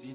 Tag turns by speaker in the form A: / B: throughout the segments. A: Si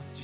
A: Tu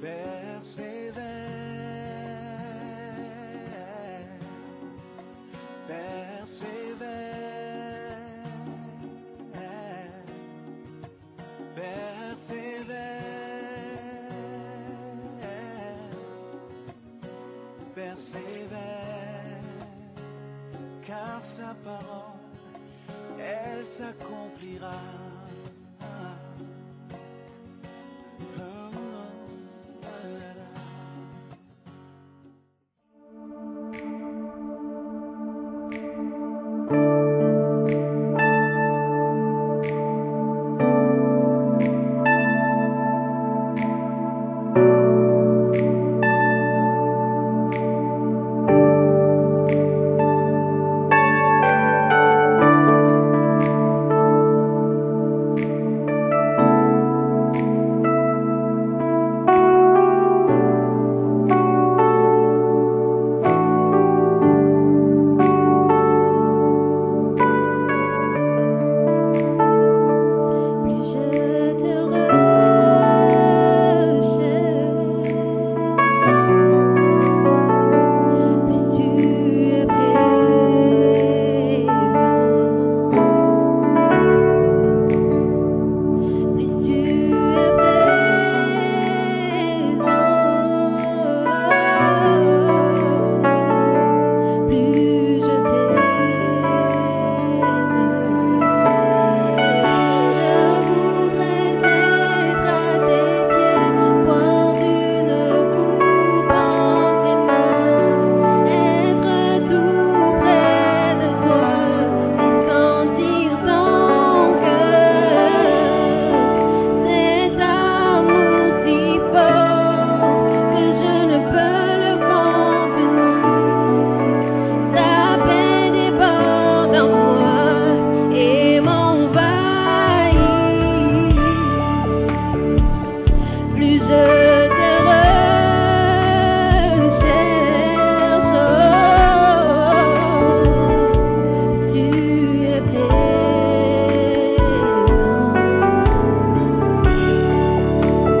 A: Persévère, persévère, persévère, persévère, car sa parole, elle s'accomplira.
B: Plus je te recherche, plus tu es présent, plus tu es présent, plus je t'aime. Je voudrais être à tes pieds, boire une coupe en tes mains, être tout près de toi et sentir ton cœur. Cet amour si fort que je ne peux le contenir. Ta paix déborde en moi et m'envahit. Plus je te recherche, tu es présent.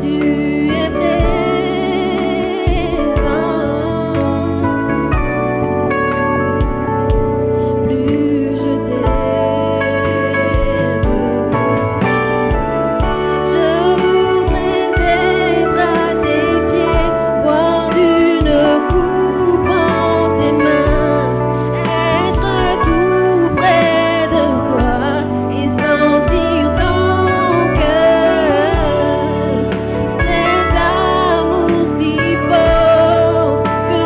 B: Tu es présent. Plus je t'aime, je voudrais être à tes pieds, boire une coupe en tes mains, être tout près de toi et sentir ton cœur. Cet amour si fort que je ne peux le contenir.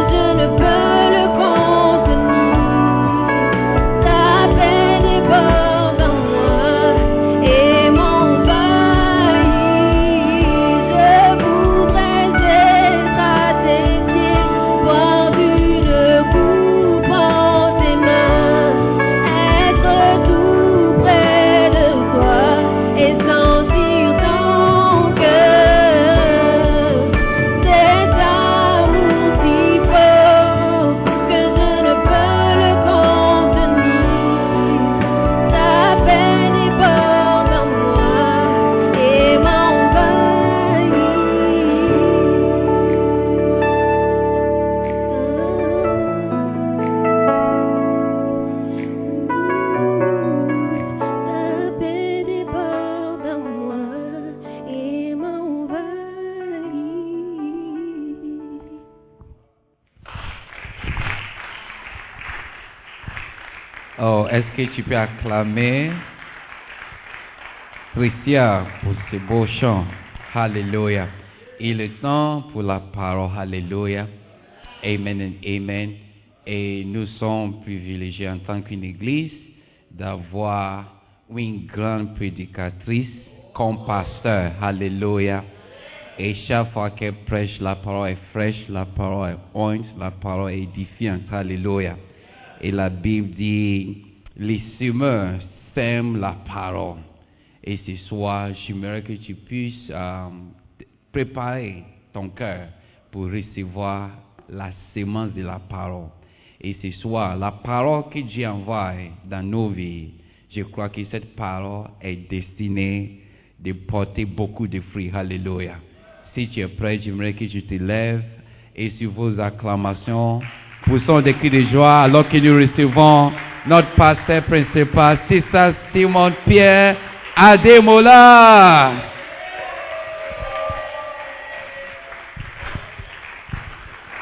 B: Ta paix déborde en moi et m'envahit. Je voudrais être à tes pieds, boire une coupe en tes mains, être tout près de toi et sentir ton cœur. Cet amour si fort que je ne peux le contenir. Ta peine déborde en moi et m'envahit. Ta paix déborde en moi et m'envahit.
C: Oh, est-ce que tu peux acclamer Christian pour ce beau chant. Alléluia. Il est temps pour la parole. Alléluia. Amen and Amen. Et nous sommes privilégiés en tant qu'une église d'avoir une grande prédicatrice comme pasteur. Alléluia. Et chaque fois qu'elle prêche, la parole est fraîche, la parole est ointe, la parole est édifiante. Alléluia. Et la Bible dit, les semeurs sèment la parole. Et ce soir, j'aimerais que tu puisses euh, préparer ton cœur pour recevoir la semence de la parole. Et ce soir, la parole que Dieu envoie dans nos vies, je crois que cette parole est destinée de porter beaucoup de fruits. Alléluia. Si tu es prêt, j'aimerais que tu te lèves et sur vos acclamations, poussons des cris de joie alors que nous recevons notre pasteur principal, c'est ça Simon Pierre Ademola.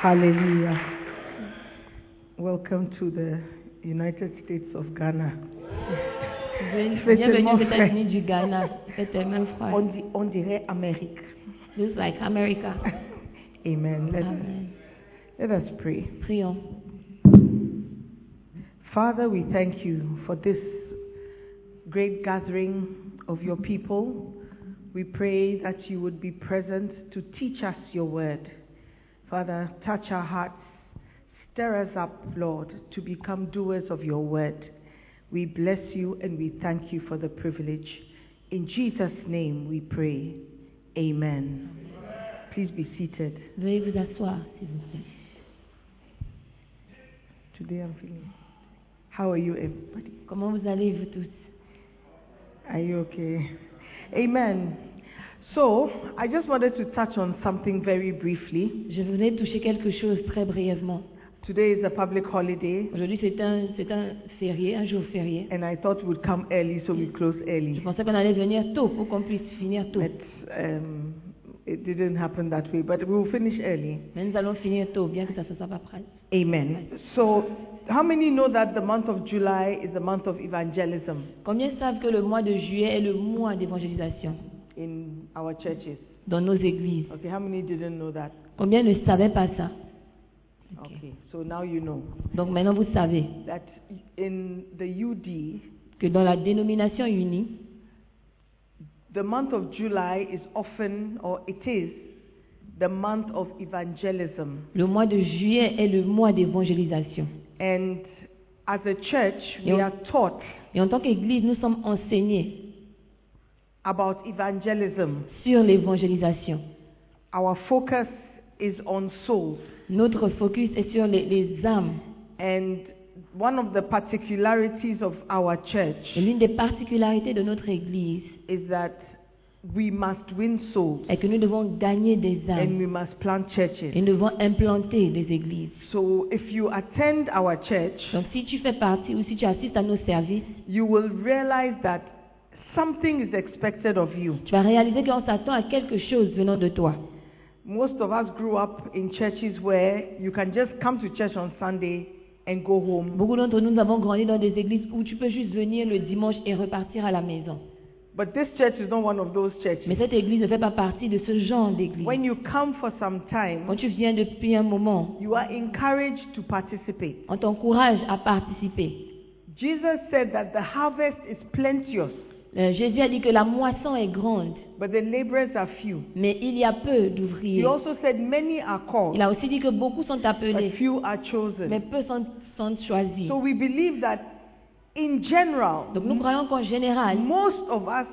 D: Hallelujah. Welcome to the United States of Ghana.
B: Bien-
D: fait
B: Bienvenue
D: tellement
B: aux
D: frais.
B: États-Unis du Ghana. C'est tellement
D: On,
B: froid.
D: di- on dirait Amérique.
B: Just like America.
D: Amen. Let,
B: Amen.
D: let us pray.
B: Prions.
D: Father, we thank you for this great gathering of your people. We pray that you would be present to teach us your word. Father, touch our hearts. Stir us up, Lord, to become doers of your word. We bless you and we thank you for the privilege. In Jesus' name we pray. Amen. Please be seated.
B: Veuillez vous asseoir, s'il vous plaît.
D: Today I'm feeling. How are you, everybody?
B: Comment vous allez, vous tous
D: Are you okay? Amen. So, I just wanted to touch on something very briefly.
B: Je voulais toucher quelque chose très brièvement.
D: Today is a public holiday,
B: Aujourd'hui, c'est un, c'est un férié, un jour férié.
D: and I thought we'd come early, so we close
B: Je
D: early.
B: pensais qu'on allait venir tôt pour qu'on puisse finir tôt.
D: But um, it didn't happen that way, but we will finish early.
B: Mais nous allons finir tôt, bien que ça ne soit pas prêt.
D: Amen. So, how many know that the month of July is the month of evangelism
B: Combien savent que le mois de juillet est le mois d'évangélisation
D: in our churches?
B: dans nos églises
D: Okay, how many didn't know that?
B: Combien ne savaient pas ça Ok.
D: Okay, so now you know
B: Donc maintenant, vous savez
D: that in the UD,
B: que dans la dénomination unie,
D: The month of July is often, or it is, the month of evangelism.
B: Le mois de juillet est le mois d'évangélisation.
D: And as a church, we
B: Yeah.
D: are taught
B: Et en tant qu'Église, nous sommes enseignés
D: about evangelism.
B: sur l'évangélisation.
D: Our focus is on souls.
B: Notre focus est sur les, les âmes.
D: And one of the particularities of our church
B: Et l'une des particularités de notre Église
D: is that we must win souls
B: est que nous devons gagner des
D: and
B: âmes
D: we must plant churches.
B: et nous devons implanter des églises.
D: So if you attend our church,
B: Donc si tu fais partie ou si tu assistes à nos services,
D: you will realize that something is expected of you.
B: tu vas réaliser qu'on s'attend à quelque chose venant de toi.
D: Most of us grew up in churches where you can just come to church on Sunday and go home.
B: Beaucoup d'entre nous, nous avons grandi dans des églises où tu peux juste venir le dimanche et repartir à la maison.
D: But this church is not one of those
B: Mais
D: churches.
B: cette église ne fait pas partie de ce genre d'église.
D: When you come for some
B: Quand
D: time,
B: tu viens depuis un moment,
D: you are encouraged to participate.
B: on t'encourage à participer.
D: Jesus said that the harvest is plenteous,
B: Euh, Jésus a dit que la moisson est grande,
D: but the laborers are few.
B: mais il y a peu
D: He
B: d'ouvriers.
D: also said many are
B: Il
D: called,
B: a aussi dit que beaucoup sont
D: but
B: appelés,
D: few are
B: mais
D: chosen.
B: peu sont, sont choisis.
D: So we believe that in general,
B: Donc nous croyons qu'en général,
D: most of us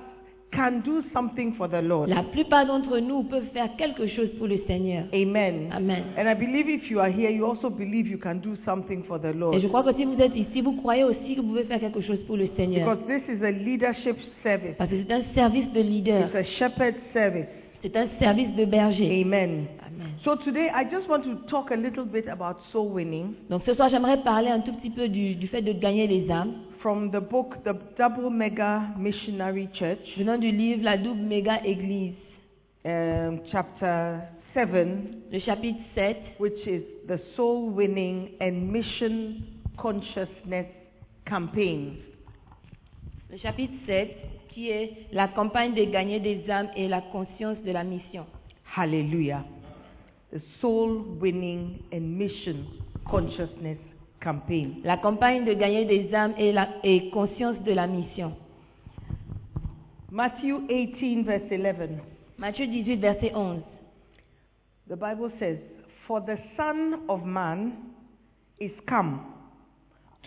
D: can do something for the Lord.
B: la plupart d'entre nous peuvent faire quelque chose pour le Seigneur.
D: Amen.
B: Amen.
D: And I believe if you are here, you also believe you can do something for the
B: Et je
D: Lord.
B: crois que si vous êtes ici, vous croyez aussi que vous pouvez faire quelque chose pour le Seigneur.
D: Because this is a leadership service,
B: Parce que c'est un service de leader,
D: it's a shepherd service.
B: c'est un service de berger.
D: Amen.
B: Amen.
D: So today, I just want to talk a little bit about soul winning
B: Donc ce soir, j'aimerais parler un tout petit peu du, du fait de gagner les âmes.
D: from the book The Double Mega Missionary Church,
B: venant du livre La double méga église,
D: um, chapter 7,
B: le chapitre 7,
D: which is the soul winning and mission consciousness campaign.
B: le chapitre 7 qui est la campagne de gagner des âmes et la conscience de la mission.
D: Hallelujah. The soul winning and mission consciousness campaign.
B: La campagne de gagner des âmes et, la, et conscience de la mission.
D: Matthew 18, verse 11.
B: Matthieu 18, verset 11.
D: The Bible says, For the Son of Man is come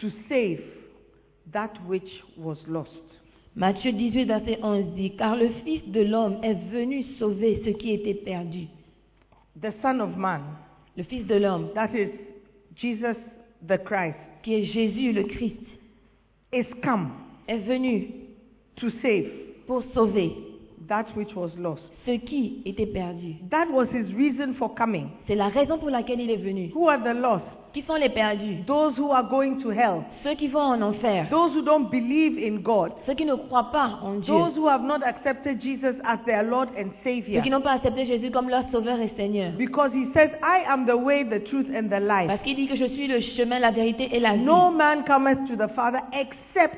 D: to save that which was lost.
B: Matthieu 18, verset 11 dit, Car le Fils de l'homme est venu sauver ce qui était perdu.
D: The Son of Man,
B: Le Fils de l'homme,
D: that is Jesus the Christ,
B: qui est Jésus le Christ,
D: is come
B: est venu
D: to save
B: pour sauver
D: that which was lost.
B: ce qui était perdu.
D: That was his reason for coming.
B: C'est la raison pour laquelle il est venu.
D: Who are the lost?
B: Qui sont les perdus
D: Those who are going to hell.
B: Ceux qui vont en enfer.
D: Those who don't believe in God.
B: Ceux qui ne croient pas en Dieu.
D: Those who have not accepted Jesus as their Lord and
B: Ceux
D: Savior.
B: qui n'ont pas accepté Jésus comme leur Sauveur et Seigneur.
D: Because he says, I am the way, the truth, and the life.
B: Parce qu'il dit que je suis le chemin, la vérité et la vie.
D: No man cometh to the Father except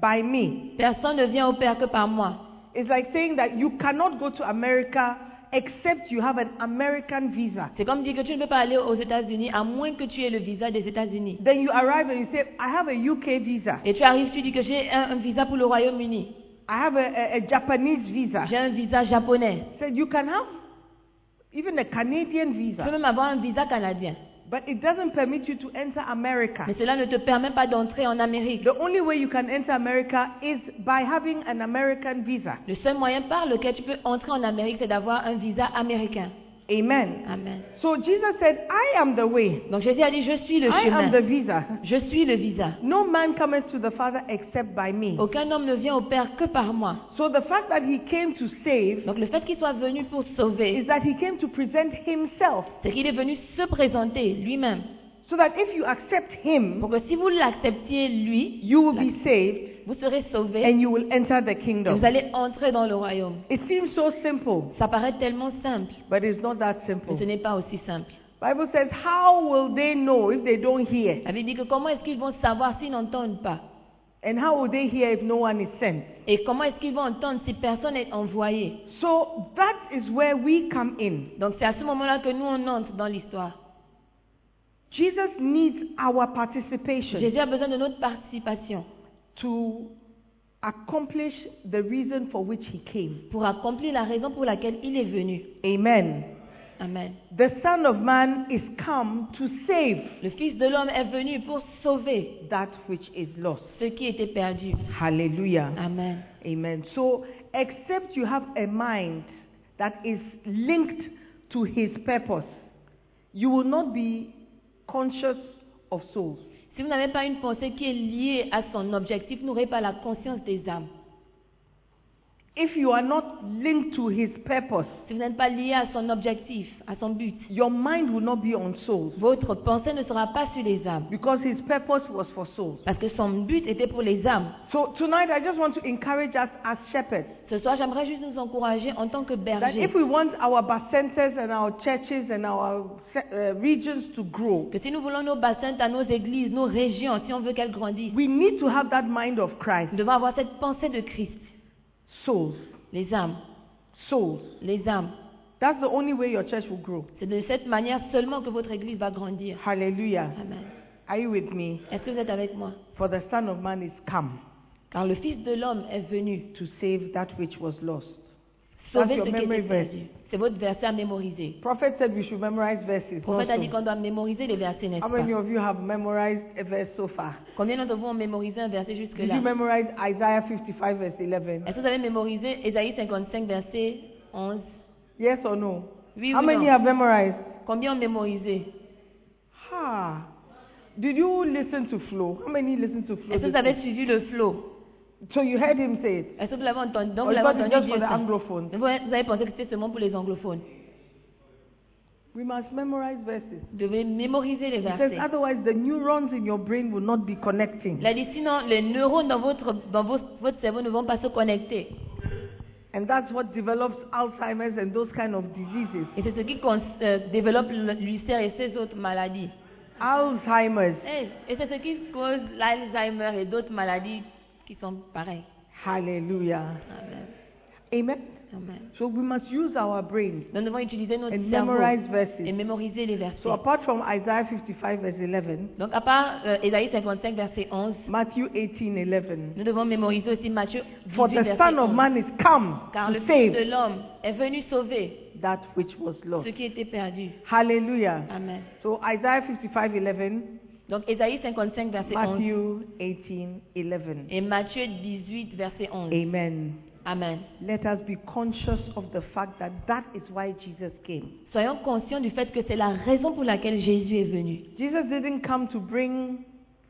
D: by me.
B: Personne ne vient au Père que par moi.
D: It's like saying that you cannot go to America except you have an American visa.
B: C'est comme dire que tu ne peux pas aller aux États-Unis à moins que tu aies le visa des États-Unis.
D: Then you arrive and you say, I have a UK visa.
B: Et tu arrives, tu dis que j'ai un, un visa pour le Royaume-Uni.
D: I have a, a, a Japanese visa.
B: J'ai un visa japonais.
D: Said you can have even a Canadian
B: Tu peux
D: visa,
B: même avoir un visa canadien.
D: but it doesn't permit you to enter America.
B: Mais cela ne te permet pas d'entrer en Amérique.
D: The only way you can enter America is by having an American visa.
B: Le seul moyen par lequel tu peux entrer en Amérique, c'est d'avoir un visa américain.
D: Amen.
B: Amen.
D: So Jesus said, I am the way.
B: Donc Jésus a dit, je suis le
D: I am the
B: chemin.
D: visa.
B: Je suis le visa.
D: No man cometh to the Father except by me.
B: Aucun homme ne vient au Père que par moi.
D: So the fact that he came to save
B: Donc le fait qu'il soit venu pour sauver,
D: is that he came to present himself.
B: c'est qu'il est venu se présenter lui-même.
D: So that if you accept him,
B: Pour que si vous l'acceptiez, lui,
D: you will be saved
B: vous serez sauvés
D: and you will enter the
B: et
D: kingdom.
B: vous allez entrer dans le royaume.
D: It seems so simple,
B: Ça paraît tellement simple,
D: but it's not that simple.
B: mais ce n'est pas aussi simple.
D: Bible says, How will they know if they don't hear?
B: La Bible dit que comment est-ce qu'ils vont savoir s'ils n'entendent pas
D: And how will they hear if no one is sent?
B: Et comment est-ce qu'ils vont entendre si personne n'est envoyé
D: So that is where we come in.
B: Donc c'est à ce moment-là que nous on entre dans l'histoire.
D: Jesus needs our participation
B: Jésus a besoin de notre participation
D: to accomplish the reason for which he came.
B: pour accomplir la raison pour laquelle il est venu.
D: Amen.
B: Amen.
D: The Son of Man is come to save
B: Le Fils de l'homme est venu pour sauver
D: that which is lost.
B: ce qui était perdu.
D: Hallelujah.
B: Amen.
D: Amen. So, except you have a mind that is linked to his purpose, you will not be conscious of souls.
B: Si vous n'avez pas une pensée qui est liée à son objectif, vous n'aurez pas la conscience des âmes.
D: If you are not linked to his purpose,
B: Si vous n'êtes pas lié à son objectif, à son but,
D: your mind will not be on souls
B: votre pensée ne sera pas sur les âmes.
D: because his purpose was for souls.
B: Parce que son but était pour les âmes.
D: So, tonight I just want to encourage us as shepherds
B: Ce soir, j'aimerais juste nous encourager en tant que
D: that
B: bergers.
D: if we want our bus centers and our churches and our se- uh, regions to grow,
B: Que si nous voulons nos bassins à nos églises, nos régions, si on veut qu'elles grandissent,
D: we need to have that mind of Christ.
B: nous devons avoir cette pensée de Christ.
D: Souls.
B: Les âmes,
D: Souls.
B: les âmes.
D: That's the only way your church will grow.
B: C'est de cette manière seulement que votre église va grandir.
D: Hallelujah.
B: Amen.
D: Are you with me?
B: Est-ce que vous êtes avec moi
D: For the Son of Man is come
B: Car le Fils de l'homme est venu
D: to save that which was lost. That's
B: sauver
D: your
B: ce qui
D: memory
B: était
D: verse.
B: perdu. C'est votre verset à mémoriser.
D: Prophet said we should memorize verses.
B: Le
D: not
B: prophète a dit
D: so.
B: qu'on doit mémoriser les versets, n'est-ce
D: How many
B: pas
D: of you have memorized a verse so far?
B: Combien d'entre vous ont mémorisé un verset
D: Did you
B: jusque-là
D: memorize Isaiah 55 verse 11?
B: Est-ce que vous avez mémorisé Ésaïe 55, verset 11
D: Yes or no?
B: Oui
D: How
B: ou
D: many
B: non
D: have memorized?
B: Combien ont mémorisé
D: Ha. Did you listen to Flo? How many listened to Flo?
B: Est-ce que
D: this
B: vous avez
D: week?
B: suivi le flot
D: So you heard him say it.
B: Est-ce que vous l'avez entendu Donc,
D: Or
B: vous l'avez
D: you thought it's
B: entendu
D: just
B: dire
D: for the
B: ça.
D: Anglophones.
B: Vous vous avez pensé que c'était seulement pour les anglophones.
D: We must memorize verses.
B: Vous devez mémoriser les
D: Because
B: versets.
D: otherwise the neurons in your brain will not be connecting.
B: Il a dit sinon, les neurones dans votre, dans vos- votre cerveau ne vont pas se connecter.
D: And that's what develops Alzheimer's and those kind of diseases.
B: Et c'est ce qui cons- euh, développe le- l'ulcère et ces autres maladies.
D: Alzheimer's.
B: Et, et c'est ce qui cause l'Alzheimer et d'autres maladies qui sont pareilles.
D: Hallelujah.
B: Amen.
D: Amen.
B: Amen.
D: So we must use our brains
B: Nous devons utiliser notre
D: and
B: cerveau
D: memorize
B: et
D: verses.
B: mémoriser les versets.
D: So apart from Isaiah 55 verse 11,
B: Donc, à part euh, Ésaïe 55, verset 11,
D: Matthew 18, 11.
B: nous devons mémoriser aussi Matthieu 18,
D: For the
B: verset
D: Son of
B: 11.
D: Man is come
B: Car
D: to
B: le Fils
D: save
B: de l'homme est venu sauver
D: that which was lost.
B: ce qui était perdu.
D: Hallelujah.
B: Amen.
D: So Isaiah 55, 11,
B: Donc, Ésaïe 55, verset 11
D: Matthew 18, 11.
B: et Matthieu 18, verset 11.
D: Amen.
B: Amen.
D: Let us be conscious of the fact that that is why Jesus came.
B: Soyons conscients du fait que c'est la raison pour laquelle Jésus est venu.
D: Jesus didn't come to bring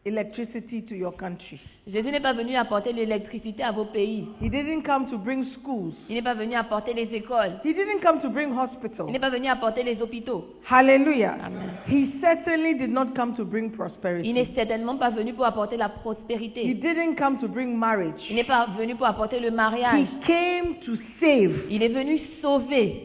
D: electricity to your country.
B: Jésus n'est pas venu apporter l'électricité à vos pays.
D: He didn't come to bring schools.
B: Il n'est pas venu apporter les écoles.
D: He didn't come to bring
B: Il
D: hospitals.
B: n'est pas venu apporter les hôpitaux.
D: Hallelujah.
B: Amen.
D: He certainly did not come to bring
B: Il n'est
D: prosperity.
B: certainement pas venu pour apporter la
D: He
B: prospérité.
D: didn't come to bring
B: Il
D: marriage.
B: n'est pas venu pour apporter le
D: He
B: mariage.
D: came to save
B: Il est venu sauver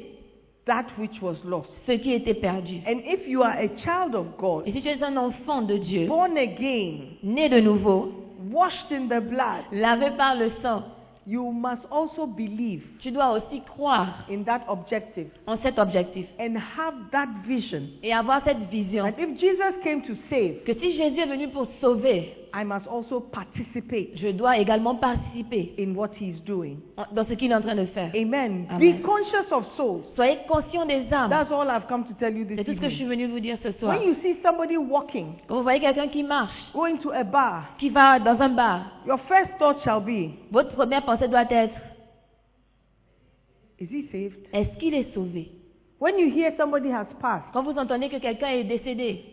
D: that which was lost.
B: ce qui était perdu.
D: And if you are a child of
B: Et
D: God,
B: si tu es un enfant de Dieu,
D: born again,
B: né de nouveau,
D: washed in the blood,
B: lavé par le sang,
D: you must also believe
B: tu dois aussi croire
D: in that objective
B: en cet objectif
D: and have that vision.
B: et avoir cette vision
D: And if Jesus came to save,
B: que si Jésus est venu pour sauver,
D: I must also participate
B: je dois également participer
D: in what he's doing.
B: en- dans ce qu'il est en train de faire.
D: Amen.
B: Amen.
D: Be conscious of souls.
B: Soyez conscients des âmes.
D: That's all I've come to tell you this
B: C'est tout ce que je suis
D: evening.
B: venue vous dire ce soir.
D: When you see somebody walking,
B: Quand vous voyez quelqu'un qui marche,
D: going to a bar,
B: qui va dans un bar,
D: your first thought shall be,
B: votre première pensée doit être
D: is he saved?
B: est-ce qu'il est sauvé
D: When you hear somebody has passed,
B: Quand vous entendez que quelqu'un est décédé,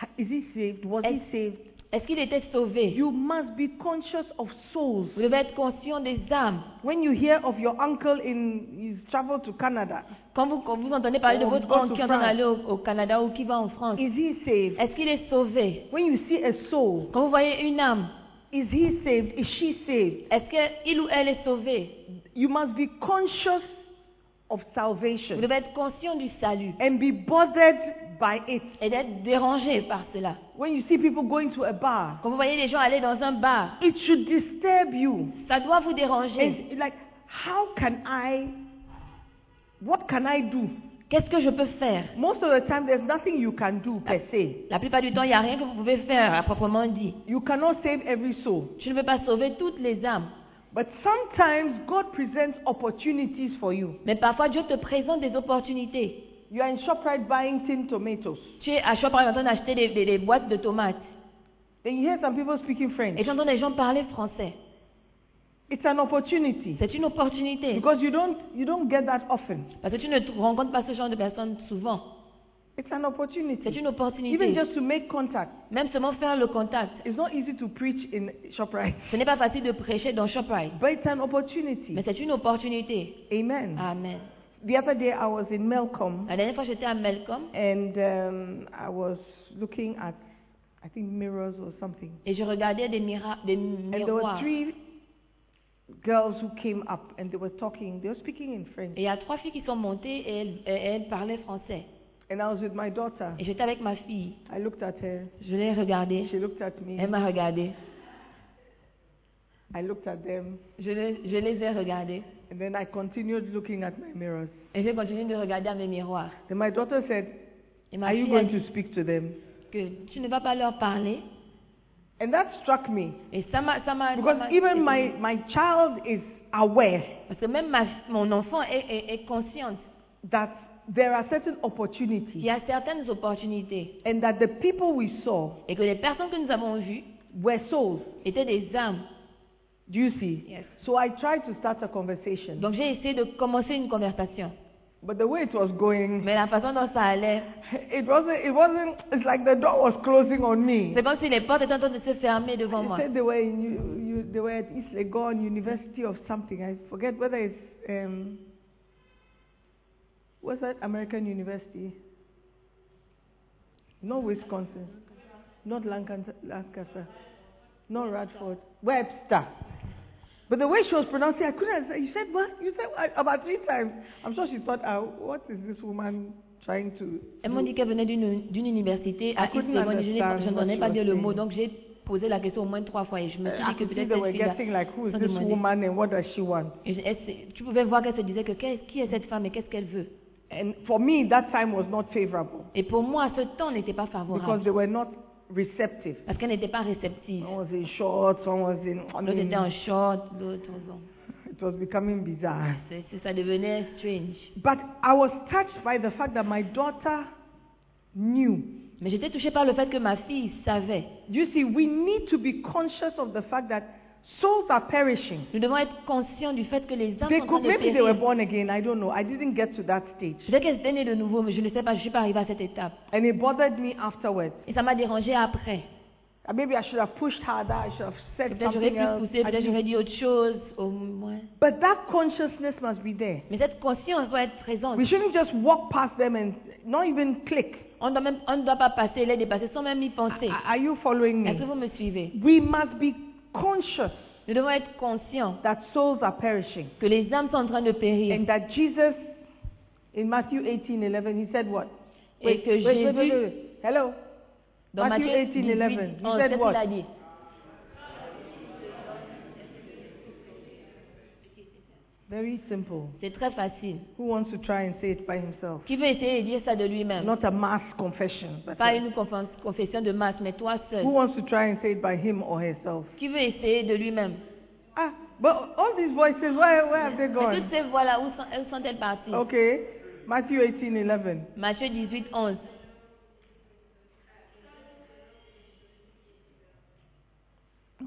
D: ha- is he saved? Was he
B: Est-
D: saved?
B: est-ce qu'il était sauvé
D: You must be conscious of souls.
B: Vous devez être conscient des âmes.
D: When you hear of your uncle in his travel to Canada,
B: Quand vous, quand vous entendez parler de
D: Oh,
B: votre
D: go to
B: oncle qui est en train
D: France.
B: d'aller au, au Canada ou qui va en France,
D: is he saved?
B: est-ce qu'il est sauvé
D: When you see a soul,
B: Quand vous voyez une âme,
D: is he saved? Is she saved?
B: est-ce qu'il ou elle est sauvé
D: You must be conscious of
B: Vous
D: salvation
B: devez être conscient du salut
D: and be bothered by it.
B: et d'être dérangé par cela.
D: When you see people going to a bar,
B: Quand vous voyez les gens aller dans un bar,
D: it should disturb you.
B: ça doit vous déranger.
D: It's like, how can I, what can I do?
B: Qu'est-ce que je peux faire
D: Most of the time, there's nothing you can do per se.
B: La plupart du temps, il n'y a rien que vous pouvez faire à proprement dit.
D: You cannot save every soul.
B: Je ne veux pas sauver toutes les âmes.
D: But sometimes God presents opportunities for you.
B: Mais parfois, Dieu te présente des opportunités.
D: You are in ShopRite buying tin tomatoes.
B: Tu es à Choix, par exemple, en train d'acheter des, des- des boîtes de tomates.
D: Then you hear some people speaking
B: Et
D: French.
B: j'entends des gens parler français.
D: It's an opportunity
B: C'est une opportunité.
D: because you don't you don't get that often.
B: Parce que tu ne te rencontres pas ce genre de personnes souvent.
D: It's an
B: C'est
D: opportunity.
B: une
D: Even
B: opportunité.
D: just to make contact.
B: Même seulement faire le contact.
D: It's not easy to preach in ShopRite,
B: Ce n'est pas facile de prêcher dans Shoprite.
D: but it's an
B: Mais
D: opportunity.
B: c'est une opportunité.
D: Amen.
B: Amen.
D: The other day I was in Melcombe
B: La dernière fois, j'étais à Melcombe
D: and um, I was looking at I think mirrors or something.
B: et je regardais des, mira- des
D: And there were
B: miroirs. Et
D: three girls who came up and they were talking. They were speaking in French.
B: il y a trois filles qui sont montées et elles- et elles parlaient français.
D: And I was with my daughter.
B: Et j'étais avec ma fille.
D: I looked at her.
B: Je l'ai regardée.
D: She looked at me.
B: Elle m'a regardée.
D: I looked at them.
B: Je, les- je les ai regardées.
D: And then I continued looking at my mirrors.
B: Et j'ai continué de regarder à mes miroirs.
D: Then my daughter said,
B: Et ma
D: Are you
B: fille a
D: going
B: dit
D: to speak to them?
B: que tu ne vas pas leur parler.
D: And that struck me.
B: Et ça m'a... ça m'a- ça
D: Because
B: m'a-
D: even my, my child is aware
B: Parce que même ma- mon enfant est, est- est consciente
D: that there are certain
B: qu'il
D: opportunities
B: y a certaines opportunités
D: and that the people we saw
B: et que les personnes que nous avons vues
D: were souls.
B: étaient des âmes.
D: Do you see?
B: Yes.
D: So I tried to start a conversation.
B: Donc j'ai essayé de commencer une conversation.
D: But the way it was going,
B: Mais la façon dont ça allait,
D: it wasn't, it wasn't, it's like the door was closing on me.
B: c'est comme si les portes étaient en train de se fermer devant
D: They
B: moi.
D: said they were in you, you, they were at East Legon University of something. I forget whether it's um, what's that American University? Not Wisconsin, not Lancaster, Lancaster, not Radford, Webster. But the way she was pronouncing, I couldn't. understand. You said what? You said what? about three times. I'm sure she thought, uh, what is this woman trying to?
B: Elle m'a
D: do?
B: dit qu'elle venait d'une d'une université
D: I
B: à
D: couldn't
B: Istanbul. Je
D: understand
B: n'ai- je n'entendais
D: what she
B: pas
D: was
B: bien le mot,
D: saying.
B: donc j'ai posé la question au moins trois fois et je me suis
D: I
B: dit que
D: could see
B: peut-être
D: they were
B: cette fille-là-
D: getting like, who is
B: sans
D: this
B: demander.
D: woman and what does she want?
B: Et je- elle se- Tu pouvais voir qu'elle se disait que qu'est- qui est cette femme et qu'est-ce qu'elle veut.
D: And for me, that time was not favorable
B: Et pour moi, ce temps n'était pas
D: because
B: favorable
D: they were not receptive.
B: parce qu'elle n'était pas réceptive.
D: One was in shorts, one was in. I
B: L'autre
D: mean,
B: était en short, l'autre bon.
D: it was becoming bizarre.
B: C'est- c'est- Ça devenait strange.
D: But I was touched by the fact that my daughter knew.
B: Mais j'étais touchée par le fait que ma fille savait.
D: You see, we need to be conscious of the fact that souls are perishing.
B: Nous devons être conscients du fait que les âmes
D: They
B: sont en train
D: could,
B: de
D: maybe they were
B: périr.
D: born again. I don't know. I didn't get to that stage.
B: Peut-être qu'elles venaient de nouveau, mais je ne sais pas, je ne suis pas arrivée à cette étape.
D: And it bothered me afterwards.
B: Et ça m'a dérangée après.
D: Uh, Maybe I should have pushed harder. I should have said
B: Peut-être Eh j'aurais
D: something
B: pu
D: else.
B: pousser,
D: I
B: peut-être
D: didn't-
B: j'aurais dit autre chose, au moins.
D: But that consciousness must be there.
B: Mais cette conscience doit être présente.
D: We shouldn't just walk past them and not even click.
B: On ne doit même- on ne doit pas passer, les dépasser sans même y
D: A-
B: penser.
D: Are you following
B: Est-ce que
D: me?
B: vous me suivez
D: We must be conscious
B: Nous devons être conscients
D: that souls are perishing.
B: que les âmes sont en train de périr
D: And that Jesus, in Matthew 18 11, he said what?
B: Et que Jésus-
D: Hello?
B: Dans
D: Matthew
B: Matthieu
D: 18, 11,
B: 18,
D: he
B: 11,
D: said
B: qu'est-ce
D: what?
B: qu'il a dit
D: Very simple.
B: C'est très facile.
D: Who wants to try and say it by himself?
B: Qui veut essayer de dire ça de lui-même
D: Not a mass confession. But
B: Pas une confes- confession de masse, mais toi seul.
D: who wants to try and say it by him or herself?
B: Qui veut essayer de lui-même
D: Ah, but all these voices, where, where have they
B: Mais Toutes
D: gone?
B: ces voix-là, où sont- elles sont-elles parties
D: Okay, Matthew 18 11.
B: Matthieu 18, 11.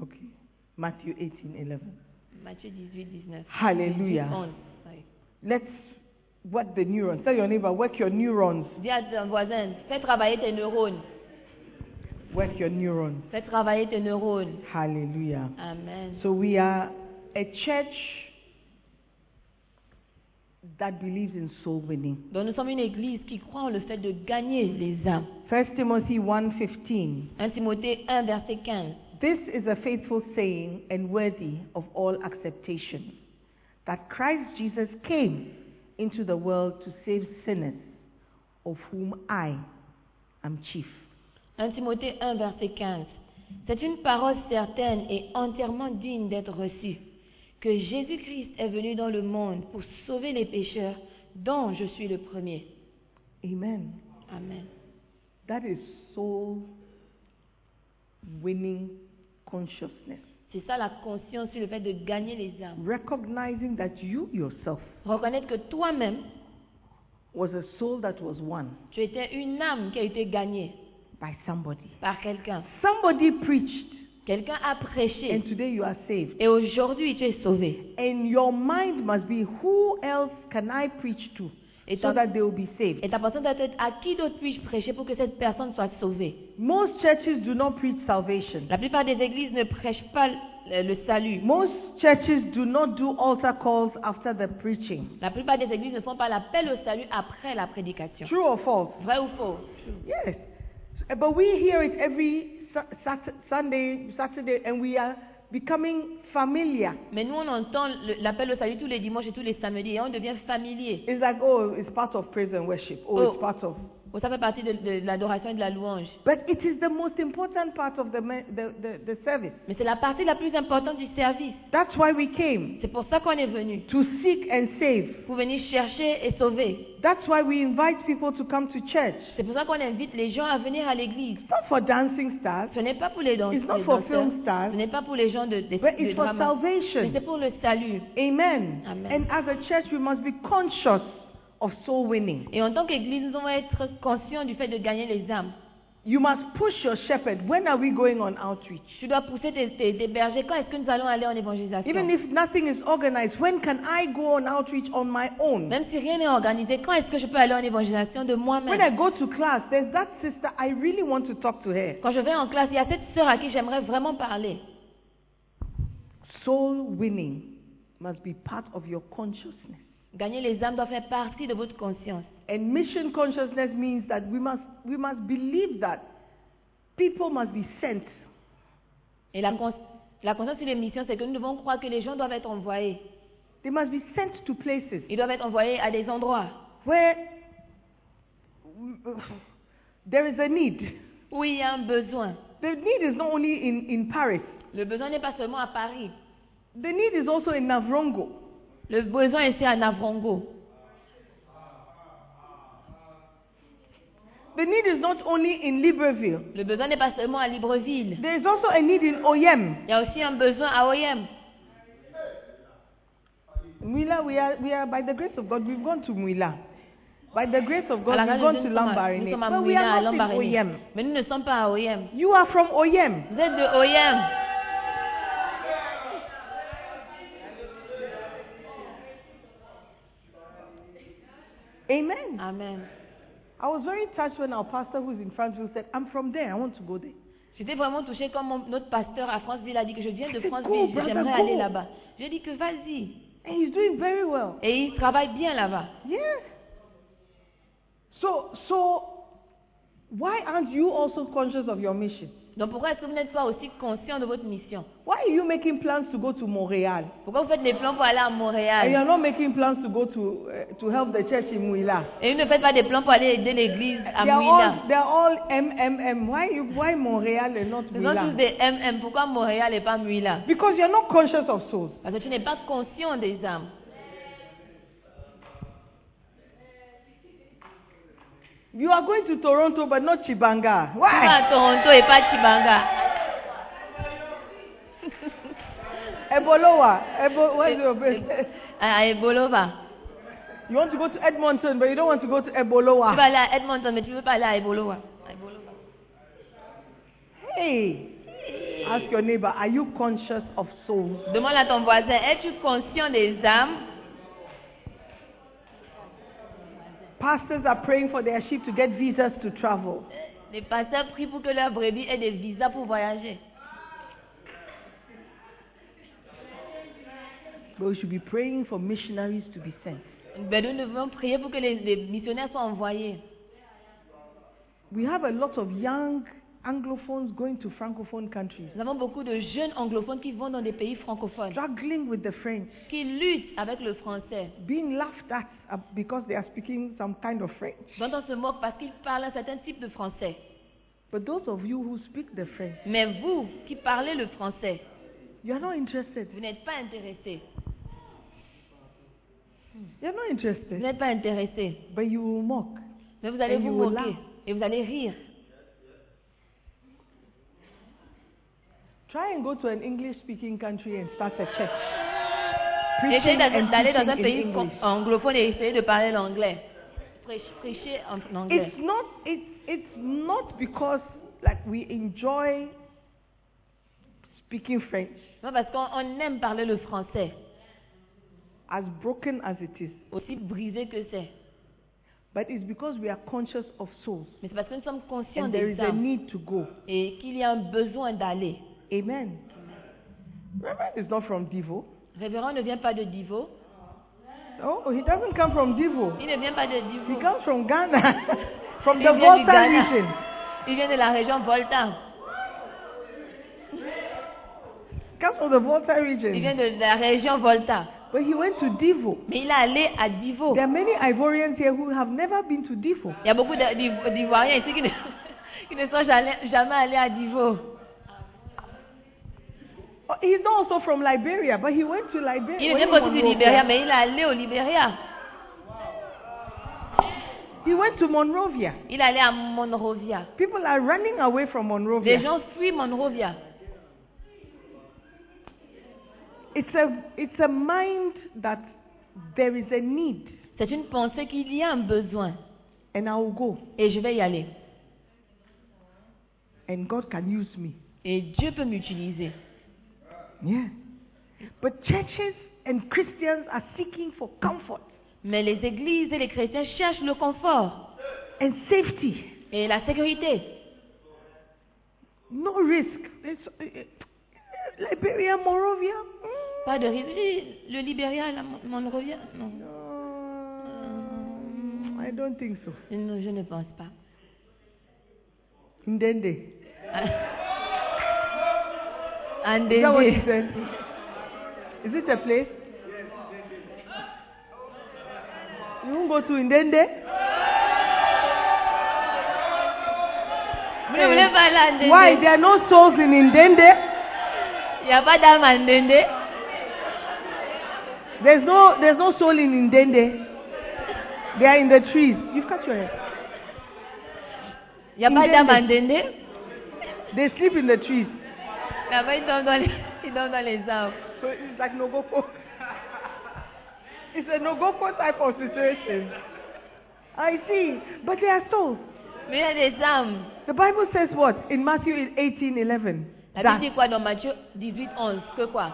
D: Okay, Matthew 18 11.
B: Matthieu 18, 19.
D: Hallelujah.
B: 18, 11. Oui.
D: Let's work the neurons. Tell your neighbor, work your neurons.
B: Dis à ton voisin, fais travailler tes neurones.
D: Work your neurons.
B: Fais travailler tes neurones.
D: Hallelujah.
B: Amen.
D: So we are a church that believes in soul winning.
B: Donc nous sommes une église qui croit en le fait de gagner les âmes.
D: 1 Timothy 1:15.
B: 1 Timothée 1, verset 15.
D: This is a faithful saying and worthy of all acceptation that Christ Jesus came into the world to save sinners, of whom I am chief.
B: 1 Timothée 1, verset 15. C'est une parole certaine et entièrement digne d'être reçue, que Jésus-Christ est venu dans le monde pour sauver les pécheurs, dont je suis le premier.
D: Amen.
B: Amen.
D: That is soul winning consciousness.
B: C'est ça la conscience sur le fait de gagner les âmes.
D: Recognizing that you yourself
B: Reconnaître que toi-même,
D: was a soul that was won
B: tu étais une âme qui a été gagnée
D: by somebody.
B: par quelqu'un.
D: Somebody preached,
B: Quelqu'un a prêché.
D: and today you are saved.
B: Et aujourd'hui, tu es sauvé.
D: And your mind must be who else can I preach to
B: Et
D: so
B: ta-
D: that they will be saved.
B: Et ta personne doit être à qui d'autre puis-je prêcher pour que cette personne soit sauvée
D: Most churches do not preach salvation.
B: La plupart des églises ne prêchent pas le, le salut.
D: Most churches do not do altar calls after the preaching.
B: La plupart des églises ne font pas l'appel au salut après la prédication.
D: True or false?
B: Vrai ou faux
D: Yes. S- But we hear it every Sa- Sat- Sunday, Saturday, and we are becoming familiar.
B: Mais nous, on entend le- l'appel au salut tous les dimanches et tous les samedis et on devient familier.
D: It's like, oh, it's part of praise and worship. Oh,
B: Oh.
D: it's part of.
B: Oh, Ça fait partie de, de- de l'adoration et de la louange.
D: But it is the most important part of the, me- the, the, the service.
B: Mais c'est la partie la plus importante du service.
D: That's why we came
B: C'est pour ça qu'on est venu.
D: to seek and save.
B: Pour venir chercher et sauver.
D: That's why we invite people to come to church.
B: C'est pour ça qu'on invite les gens à venir à l'église.
D: It's not for dancing stars,
B: Ce n'est pas pour les danseurs.
D: It's not
B: les
D: for
B: danseurs.
D: film stars.
B: Ce n'est pas pour les gens de, de,
D: but
B: de
D: it's for
B: drama. Mais c'est
D: salvation.
B: pour le salut.
D: Amen.
B: Amen.
D: And as a church, we must be conscious of soul winning.
B: Et en tant qu'église, nous devons être conscients du fait de gagner les âmes.
D: You must push your shepherd. When are we going on outreach?
B: Tu dois pousser tes, tes- tes bergers. Quand est-ce que nous allons aller en évangélisation
D: Even if nothing is organized, when can I go on outreach on my own?
B: Même si rien n'est organisé, quand est-ce que je peux aller en évangélisation de
D: When I
B: moi-même
D: go to class, there's that sister, I really want to talk to her.
B: Quand je vais en classe, il y a cette sœur à qui j'aimerais vraiment parler.
D: Soul winning must be part of your consciousness.
B: Gagner les âmes doit faire partie de votre conscience.
D: And mission consciousness means that we must, we must believe that people must be sent.
B: Et la, cons- la conscience sur les missions, c'est que nous devons croire que les gens doivent être envoyés.
D: They must be sent to places
B: Ils doivent être envoyés à des endroits
D: where there is a need.
B: où il y a un besoin.
D: The need is not only in, in Paris,
B: Le besoin n'est pas seulement à Paris.
D: the need is also in Navrongo.
B: Le besoin est à Navrongo.
D: The need is not only in Libreville,
B: Le besoin n'est pas seulement à Libreville.
D: there is also a need in Oyem.
B: Il y a aussi un besoin à OIM.
D: Mwila, we are, we are, by the grace of God, we've gone to Mwila. By the grace of God,
B: À la grâce
D: we've gone
B: de
D: to
B: Dieu, nous sommes à- nous
D: Lambarene.
B: sommes à
D: But we
B: Mouina, à
D: are not in
B: Lambaréné.
D: Oyem.
B: Mais nous ne sommes pas à OIM.
D: You are from Oyem.
B: Vous êtes de OIM.
D: Amen.
B: Amen.
D: I was very touched when our pastor, who's in Franceville, said, I'm from there. I want to go there.
B: J'étais vraiment touchée quand mon- notre pasteur à Franceville a dit que je viens de
D: C'est
B: Franceville,
D: cool, brother,
B: j'aimerais
D: go.
B: aller là-bas. J'ai dit que vas-y.
D: And he's doing very well.
B: Et il travaille bien là-bas.
D: Yes. So, so, why aren't you also conscious of your mission?
B: Donc pourquoi est-ce que vous n'êtes pas aussi conscient de votre mission
D: Why are you making plans to go to Montreal?
B: Pourquoi vous faites des plans pour aller à
D: And you are
B: Montréal
D: not making plans to go to, uh, to help the church in Muila.
B: Et vous ne faites pas des plans pour aller aider l'église à
D: They are
B: Mouina.
D: all, they are all MMM. Why, you, why Montreal and not
B: Nous sommes tous
D: Muila?
B: des MM. Pourquoi Montréal et pas Muila
D: Because you're not conscious of souls.
B: Parce que tu n'es pas conscient des âmes.
D: You are going to Toronto but not Chibanga.
B: Tu vas
D: Why?
B: à Toronto et pas Chibanga.
D: Ebolowa. Ebo, what's your place?
B: À Ebolova.
D: You want to go to Edmonton, but you don't want to go to
B: Tu vas
D: Ebolowa.
B: aller à Edmonton, mais tu ne veux pas aller à Ebolova. À Ebolova.
D: Hey, ask your neighbor, are you conscious of souls?
B: Demande à ton voisin, es-tu conscient des âmes
D: Pastors are praying for their sheep to get visas to travel.
B: Les pasteurs prient pour que leurs brebis aient des visas pour voyager.
D: But we should be praying for missionaries to be sent.
B: Mais Ben, nous devons prier pour que les, les missionnaires soient envoyés.
D: We have a lot of young Anglophones going to Francophone countries,
B: Nous avons beaucoup de jeunes anglophones qui vont dans des pays francophones,
D: struggling with the French,
B: qui luttent avec le français,
D: being laughed at uh, because they are speaking some kind of French.
B: dont on se moque parce qu'ils parlent un certain type de français.
D: But those of you who speak the French,
B: Mais vous, qui parlez le français,
D: you are not interested.
B: vous n'êtes pas intéressé.
D: You are not
B: Vous
D: interested.
B: n'êtes pas intéressé.
D: But you will mock.
B: Mais vous allez
D: Et
B: vous
D: vous
B: moquer
D: là.
B: et vous allez rire.
D: Try and go to an English speaking country and start a church.
B: Essayez
D: Preaching
B: d'a-
D: and
B: d'aller dans un
D: teaching in
B: pays con-
D: English.
B: anglophone et essayez de parler l'anglais. Prêch- Prêchez en anglais.
D: It's not, it's, it's not because like we enjoy speaking French,
B: Non, parce qu'on on aime parler le français,
D: as broken as it is,
B: aussi brisé que c'est.
D: but it's because we are conscious of souls.
B: Mais c'est parce que nous sommes conscients
D: And there
B: des
D: is a
B: âmes
D: need to go.
B: et qu'il y a un besoin d'aller.
D: Amen. Reverend is not from Devo.
B: Révérend ne vient pas de Divo.
D: Oh, he doesn't come from Devo.
B: Il ne vient pas de
D: He
B: Divo.
D: comes from Ghana, from
B: Il
D: the
B: vient du
D: Volta
B: Ghana.
D: region.
B: Il vient de la région Volta.
D: Comes from the Volta
B: Il vient
D: region.
B: de la région Volta.
D: But he went to Devo.
B: Mais il est allé à Divo.
D: There are many Ivorians here who have never been to Devo.
B: Il y a beaucoup d'I- d'Ivo- d'Ivoiriens ici qui ne, qui ne sont jamais, jamais allés à Divo.
D: Oh, He's not also from Liberia, but he went to Liberia.
B: Il
D: when
B: vient
D: he
B: pas
D: was
B: du
D: Monrovia.
B: Libéria, mais il est allé au Libéria.
D: He went to Monrovia.
B: Il est allé à Monrovia.
D: People are running away from Monrovia.
B: Les gens fuient Monrovia.
D: It's a it's a mind that there is a need
B: C'est une pensée qu'il y a un besoin
D: and I will go
B: et je vais y aller.
D: and God can use me.
B: Et Dieu peut m'utiliser.
D: Yeah. But churches and Christians are seeking for comfort
B: Mais les églises et les chrétiens cherchent le confort
D: and safety.
B: et la sécurité.
D: No risk. It's- eh, eh, Liberia, Monrovia. mm,
B: Pas de risque. Eh, Le Libéria, la Mon- Monrovia Non,
D: no, I don't think so.
B: Non, je ne pense pas.
D: Ndende. Is that what you
B: Andende.
D: said? Is it a place? You won't go to Ndende?
B: Vous ne voulez pas aller à Ndende
D: Why? There are no souls in Indende.
B: Il n'y a pas d'âme à Ndende.
D: There's no, there's no soul in Indende. They are in the trees. You've cut your hair.
B: Il n'y a pas
D: Ndende.
B: d'âme à Ndende.
D: They sleep in the trees.
B: Là-bas, ils dorment dans les, ils dorment dans les arbres.
D: So it's like Nogoko. it's a Nogoko type of situation. I see. But they are souls.
B: Mais il y a des âmes.
D: The Bible says what? In Matthew 18 11.
B: La
D: That
B: Bible dit quoi dans Matthieu 18, 11 Que quoi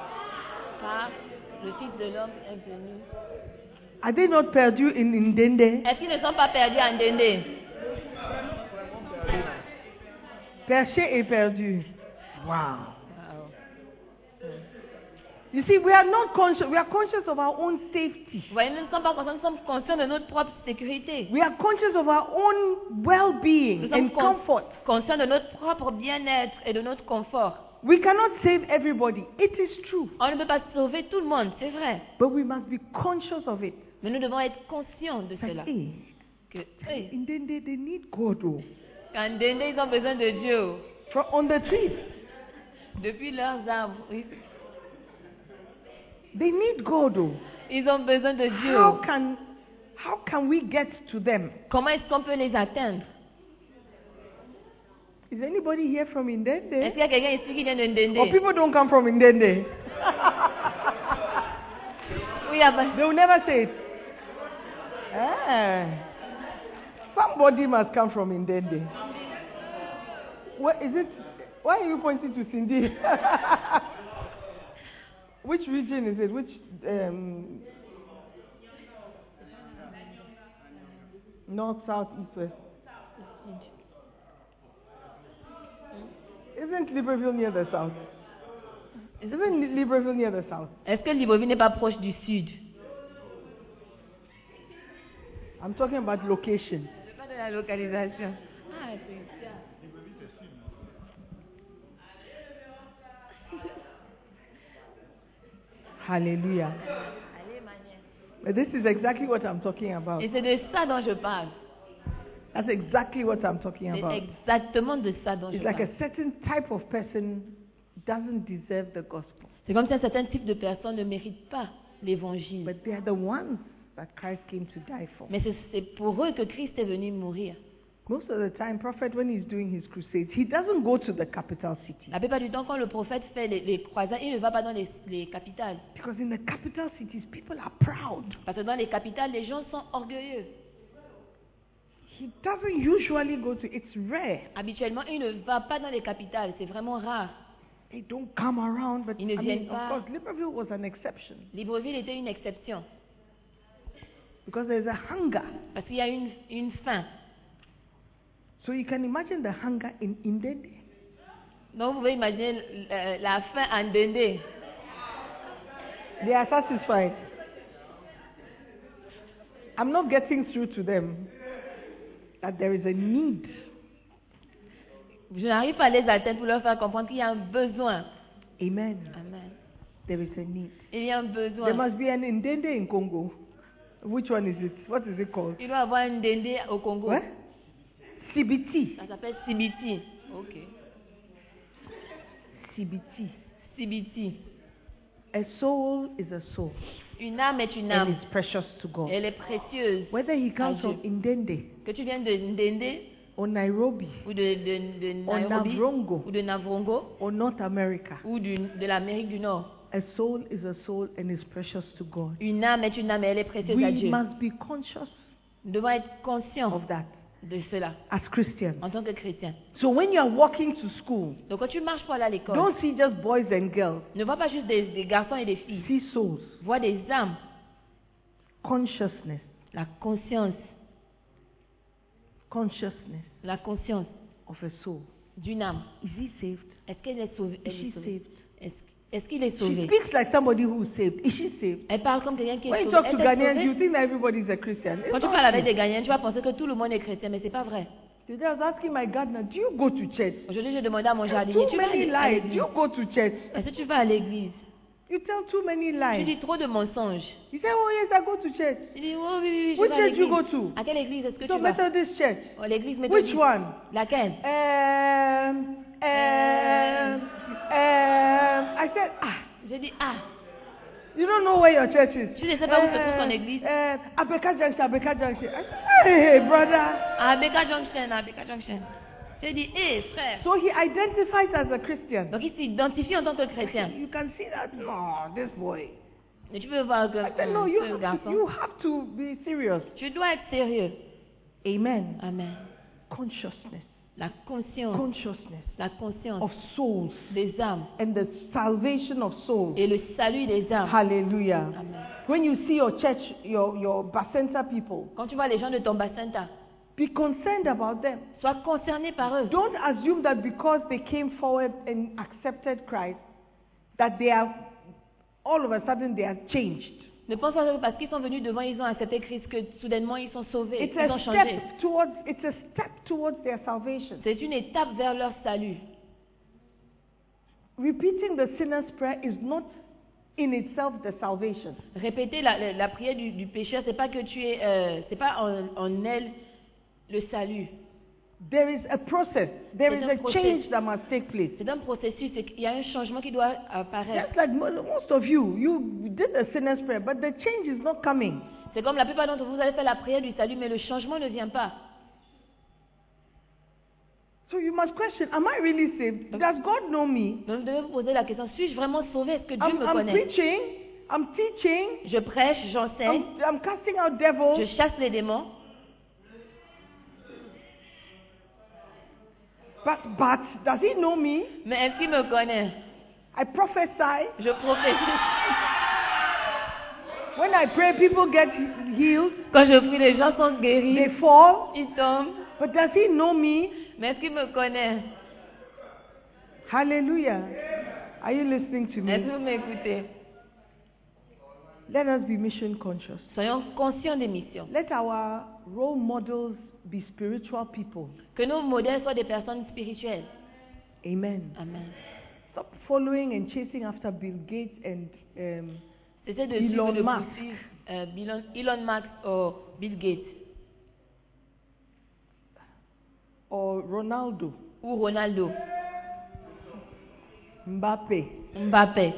B: Car le Fils de l'homme est venu.
D: are they not perdu in Indende?
B: Est-ce qu'ils ne sont pas perdus à Ndende
D: Perché est perdu. Wow. You see, we are not conscious. We are conscious of our own safety.
B: Vous voyez, nous ne sommes pas conscients, nous sommes conscients de notre propre sécurité.
D: We are conscious of our own
B: Nous
D: well-being
B: sommes
D: and
B: con-
D: comfort.
B: conscients de notre propre bien-être et de notre confort.
D: We cannot save everybody. It is true.
B: On ne peut pas sauver tout le monde, c'est vrai.
D: But we must be conscious of it.
B: Mais nous devons être conscients de
D: That,
B: cela.
D: hey,
B: Que, hey,
D: in Dende, they need God. oh.
B: qu'à Ndende, ils ont besoin de Dieu. oh.
D: From on the trees.
B: Depuis leurs arbres, ils,
D: They need God. oh.
B: ils ont besoin de Dieu.
D: How can how can we get to them?
B: Comment est-ce qu'on peut les atteindre
D: Is anybody here from
B: Est-ce
D: Indende?
B: qu'il y a quelqu'un ici qui vient de
D: Or
B: Ndende
D: people don't come from Indende.
B: Oui, il y a pas-
D: They will never say it. Ah. Somebody must come from Indende. What is it? Why are you pointing to Cindy? Which region is it? Which um, north, south, east, west? Isn't Libreville near the south? Isn't Libreville near the south?
B: Est-ce que Libreville n'est pas proche du sud
D: I'm talking about location.
B: Pas de la localisation. Ah, c'est ça.
D: Hallelujah. But this is exactly what I'm talking about.
B: Et c'est de ça dont je parle.
D: That's exactly what I'm talking
B: C'est
D: about.
B: exactement de ça dont je
D: It's like a
B: parle.
D: certain type of person doesn't deserve the gospel,
B: C'est comme si un certain type de personnes ne méritent pas l'évangile.
D: but they are the ones that Christ came to die for.
B: Mais c'est- c'est pour eux que Christ est venu mourir.
D: Most of the time, prophet, when he's doing his crusades, he doesn't go to the capital city
B: La plupart du temps, quand le prophète fait les, les croisades, il ne va pas dans les, les capitales.
D: because in the capital cities, people are proud.
B: Parce que dans les capitales, les gens sont orgueilleux.
D: He doesn't usually go to. It's rare.
B: Habituellement, il ne va pas dans les capitales. C'est vraiment rare.
D: They don't come around, but I
B: Ils ne
D: mean,
B: viennent
D: of
B: pas.
D: course, Libreville was an exception
B: Libreville était une exception.
D: because there's a hunger
B: Parce qu'il y a une, une faim.
D: So you can imagine the hunger in Indende.
B: Donc, vous pouvez imaginer euh, la faim à Ndende.
D: They are satisfied. I'm not getting through to them that there is a need.
B: Je n'arrive pas à les atteindre pour leur faire comprendre qu'il y a un besoin.
D: Amen.
B: Amen.
D: There is a need.
B: Il y a un
D: There
B: besoin.
D: must be an Indende in Congo. Which one is it? What is it called?
B: Il doit y avoir un dendé au Congo.
D: What? CBT.
B: Ça s'appelle Sibiti. Ok.
D: CBT.
B: Sibiti.
D: A soul is a soul
B: Une âme est une
D: and
B: âme.
D: is precious to God.
B: Elle est précieuse.
D: Whether he comes from
B: Adieu.
D: Indende
B: Que tu viennes de Ndende
D: or Nairobi
B: ou de, de, de
D: Or
B: Nairobi
D: Navrongo.
B: ou de Navrongo
D: or North America,
B: ou du- de l'Amérique du Nord.
D: a soul is a soul and is precious to God.
B: Une âme est une âme et elle est précieuse à
D: We
B: Dieu.
D: must be conscious
B: Nous devons être conscients
D: of that
B: de cela
D: as Christians.
B: en tant que chrétiens.
D: So when you are walking to school,
B: Donc quand tu marches pour aller à l'école,
D: don't see just boys and girls.
B: ne vois pas juste des, des garçons et des filles.
D: See souls,
B: Vois des âmes.
D: consciousness,
B: La conscience.
D: consciousness
B: La conscience
D: of a soul.
B: d'une âme.
D: Is he saved?
B: Est-ce qu'elle est sauvée
D: Is
B: Elle est
D: she
B: sauvée.
D: saved?
B: Est-ce est-ce qu'il est
D: She
B: sauvé
D: speaks like somebody who is saved. Is she saved?
B: Elle parle comme quelqu'un qui est
D: When you
B: sauvé.
D: talk to
B: Est-elle
D: Ghanaians,
B: sauvée
D: you think "Oh, that everybody is a Christian. It's
B: Quand tu
D: not
B: parles avec
D: true.
B: des Ghanéens, tu vas penser que tout le monde est chrétien, mais c'est pas vrai.
D: Today I was asking my gardener, do you go to church?
B: Aujourd'hui, je demandais à mon jardinier,
D: Too
B: tu vas
D: many
B: aller à
D: lies. Do
B: l'église
D: you go to church?
B: Est-ce que tu vas à l'église
D: You tell too many
B: Tu
D: lies.
B: dis trop de mensonges.
D: You say, oh yes, I go to church.
B: Tu dis, oh oui, oui, oui, je
D: Which
B: vais à
D: church you
B: l'église.
D: go to?
B: À quelle église est-ce que
D: So
B: tu vas
D: Methodist church.
B: Oh, L'église méthodiste.
D: Which one?
B: Laquelle
D: Um, um, um, I said, ah,
B: Je dis, ah,
D: you don't know where your church is.
B: Tu ne sais pas où se trouve ton église.
D: Um, Abeka Junction, Abeka Junction. I said, hey, brother.
B: à Abeka Junction, à Abeka Junction. Je dis, hé, frère.
D: So he identifies as a Christian.
B: Donc il s'identifie en tant que chrétien.
D: You can see that, no, this boy.
B: Mais tu peux voir que euh,
D: I said, no, you
B: ce
D: have to,
B: garçon.
D: you have to be serious.
B: Tu dois être sérieux.
D: Amen.
B: Amen.
D: Consciousness.
B: La
D: Oh.
B: conscience,
D: Consciousness
B: la
D: of
B: conscience
D: souls
B: des âmes
D: and the salvation of souls.
B: et le salut des âmes.
D: Hallelujah.
B: Amen.
D: When you see your church, your, your Bacenta people,
B: Quand tu vois les gens de ton bassin, t'as-
D: be concerned about them.
B: sois concerné par eux.
D: Don't assume that because they came forward and accepted Christ, that they are all of a sudden they are changed.
B: Ne pense pas que parce qu'ils sont venus devant, ils ont accepté Christ, que soudainement ils sont sauvés,
D: It's
B: ils ont
D: a
B: changé.
D: step towards it's a step towards their salvation.
B: C'est une étape vers leur salut.
D: Repeating the sinner's prayer is not in itself the salvation.
B: Répéter la, la- la prière du, du pécheur, c'est pas que tu es, euh, c'est pas en, en elle le salut.
D: There is a process. There
B: There's
D: is
B: a
D: a
B: process.
D: change that must take place.
B: C'est un processus, c'est qu'il y a un changement qui doit apparaître.
D: Just like mo- most of you, you did the sinner's prayer, but the change is not coming.
B: C'est comme la plupart d'entre vous, vous allez faire la prière du salut, mais le changement ne vient pas.
D: So you must question, am I really saved? Does God know me?
B: Donc vous devez vous poser la question, suis-je vraiment sauvé Est-ce que Dieu
D: I'm,
B: me
D: I'm
B: connaît
D: preaching, I'm teaching,
B: Je prêche, j'enseigne,
D: I'm, I'm casting out
B: je
D: devils,
B: chasse les démons,
D: but, but does he know me?
B: mais est-ce qu'il me connaît
D: I prophesy.
B: Je prophétise.
D: When I pray, people get healed,
B: Quand je prie, les gens sont guéris,
D: they fall,
B: ils tombent,
D: but does he know me?
B: mais est-ce qu'il me connaît
D: Hallelujah. Are you listening to
B: Est-ce
D: me?
B: que vous m'écoutez
D: Let us be mission conscious.
B: Soyons conscients des missions.
D: Let our role models be spiritual people.
B: Que nos modèles soient des personnes spirituelles.
D: Amen.
B: Amen.
D: Stop following and chasing after Bill Gates and um,
B: C'était de suivre,
D: Elon
B: de
D: Musk.
B: poursuivre, euh, Elon, Elon Musk ou Bill Gates
D: or Ronaldo,
B: ou Ronaldo,
D: Mbappe.
B: Mbappé.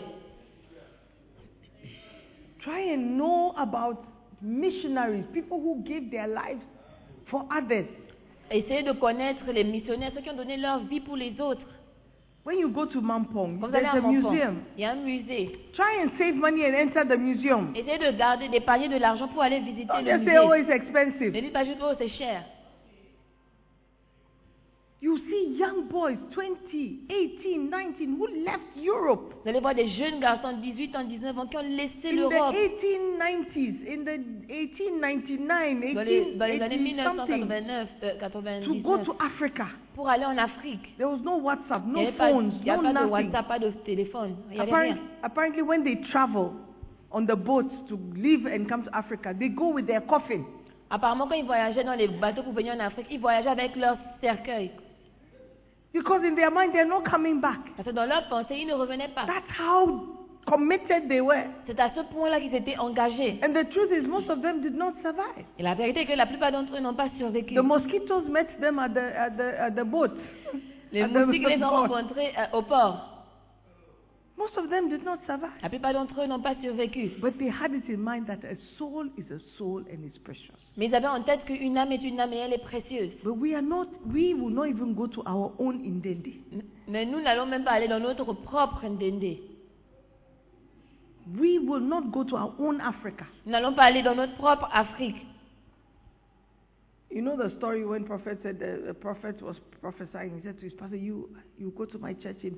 D: Try and know about missionaries, people who gave their lives for others.
B: Essayez de connaître les missionnaires, ceux qui ont donné leur vie pour les autres.
D: When you go to
B: Comme
D: Mampong,
B: vous allez
D: there's
B: à
D: a
B: Mampong,
D: museum.
B: il y a un musée.
D: Try and save money and enter the museum.
B: Essayez de garder, d'épargner de l'argent pour aller visiter
D: Don't
B: le
D: just say, oh,
B: musée.
D: it's
B: Ne
D: expensive.
B: dites pas juste, oh, c'est cher.
D: You see young boys, 20, 18, 19, who left Europe
B: Vous allez voir des jeunes garçons, 18 ans, 19 ans, qui ont laissé
D: in the
B: l'Europe
D: 1890s, in the 1899,
B: dans les, dans les années
D: 1880 something,
B: 1989, euh,
D: to go
B: 99,
D: to Africa.
B: pour aller en Afrique.
D: There was no WhatsApp,
B: il n'y
D: no
B: avait pas,
D: phones,
B: il y a
D: no
B: pas de
D: nothing.
B: WhatsApp, pas de téléphone. Il n'y avait rien.
D: Apparently, apparently, when they travel on the boats to leave and come to Africa, they go with their coffin.
B: Apparemment, quand ils voyageaient dans les bateaux pour venir en Afrique, ils voyageaient avec leur cercueil.
D: Because in their mind, they're not coming back.
B: Parce que dans leur pensée, ils ne revenaient pas.
D: That's how committed they were.
B: C'est à ce point-là qu'ils étaient engagés.
D: And the truth is, most of them did not survive.
B: Et la vérité est que la plupart d'entre eux n'ont pas survécu.
D: The mosquitoes met them at the, at the, at the boat.
B: Les
D: at the-
B: moustiques
D: the
B: les ont
D: boat.
B: rencontrés euh, au port.
D: Most of them did not survive.
B: La plupart d'entre eux n'ont pas survécu.
D: But they had it in mind that a soul is a soul and is precious.
B: Mais ils avaient en tête qu'une âme est une âme et elle est précieuse.
D: But we are not, we will not even go to our own Indendi.
B: M- Mais nous n'allons même pas aller dans notre propre Ndende.
D: We will not go to our own Africa.
B: Nous n'allons pas aller dans notre propre Afrique.
D: You know the story when prophet said the, the prophet was prophesying. He said to his pastor, "You you go to my church in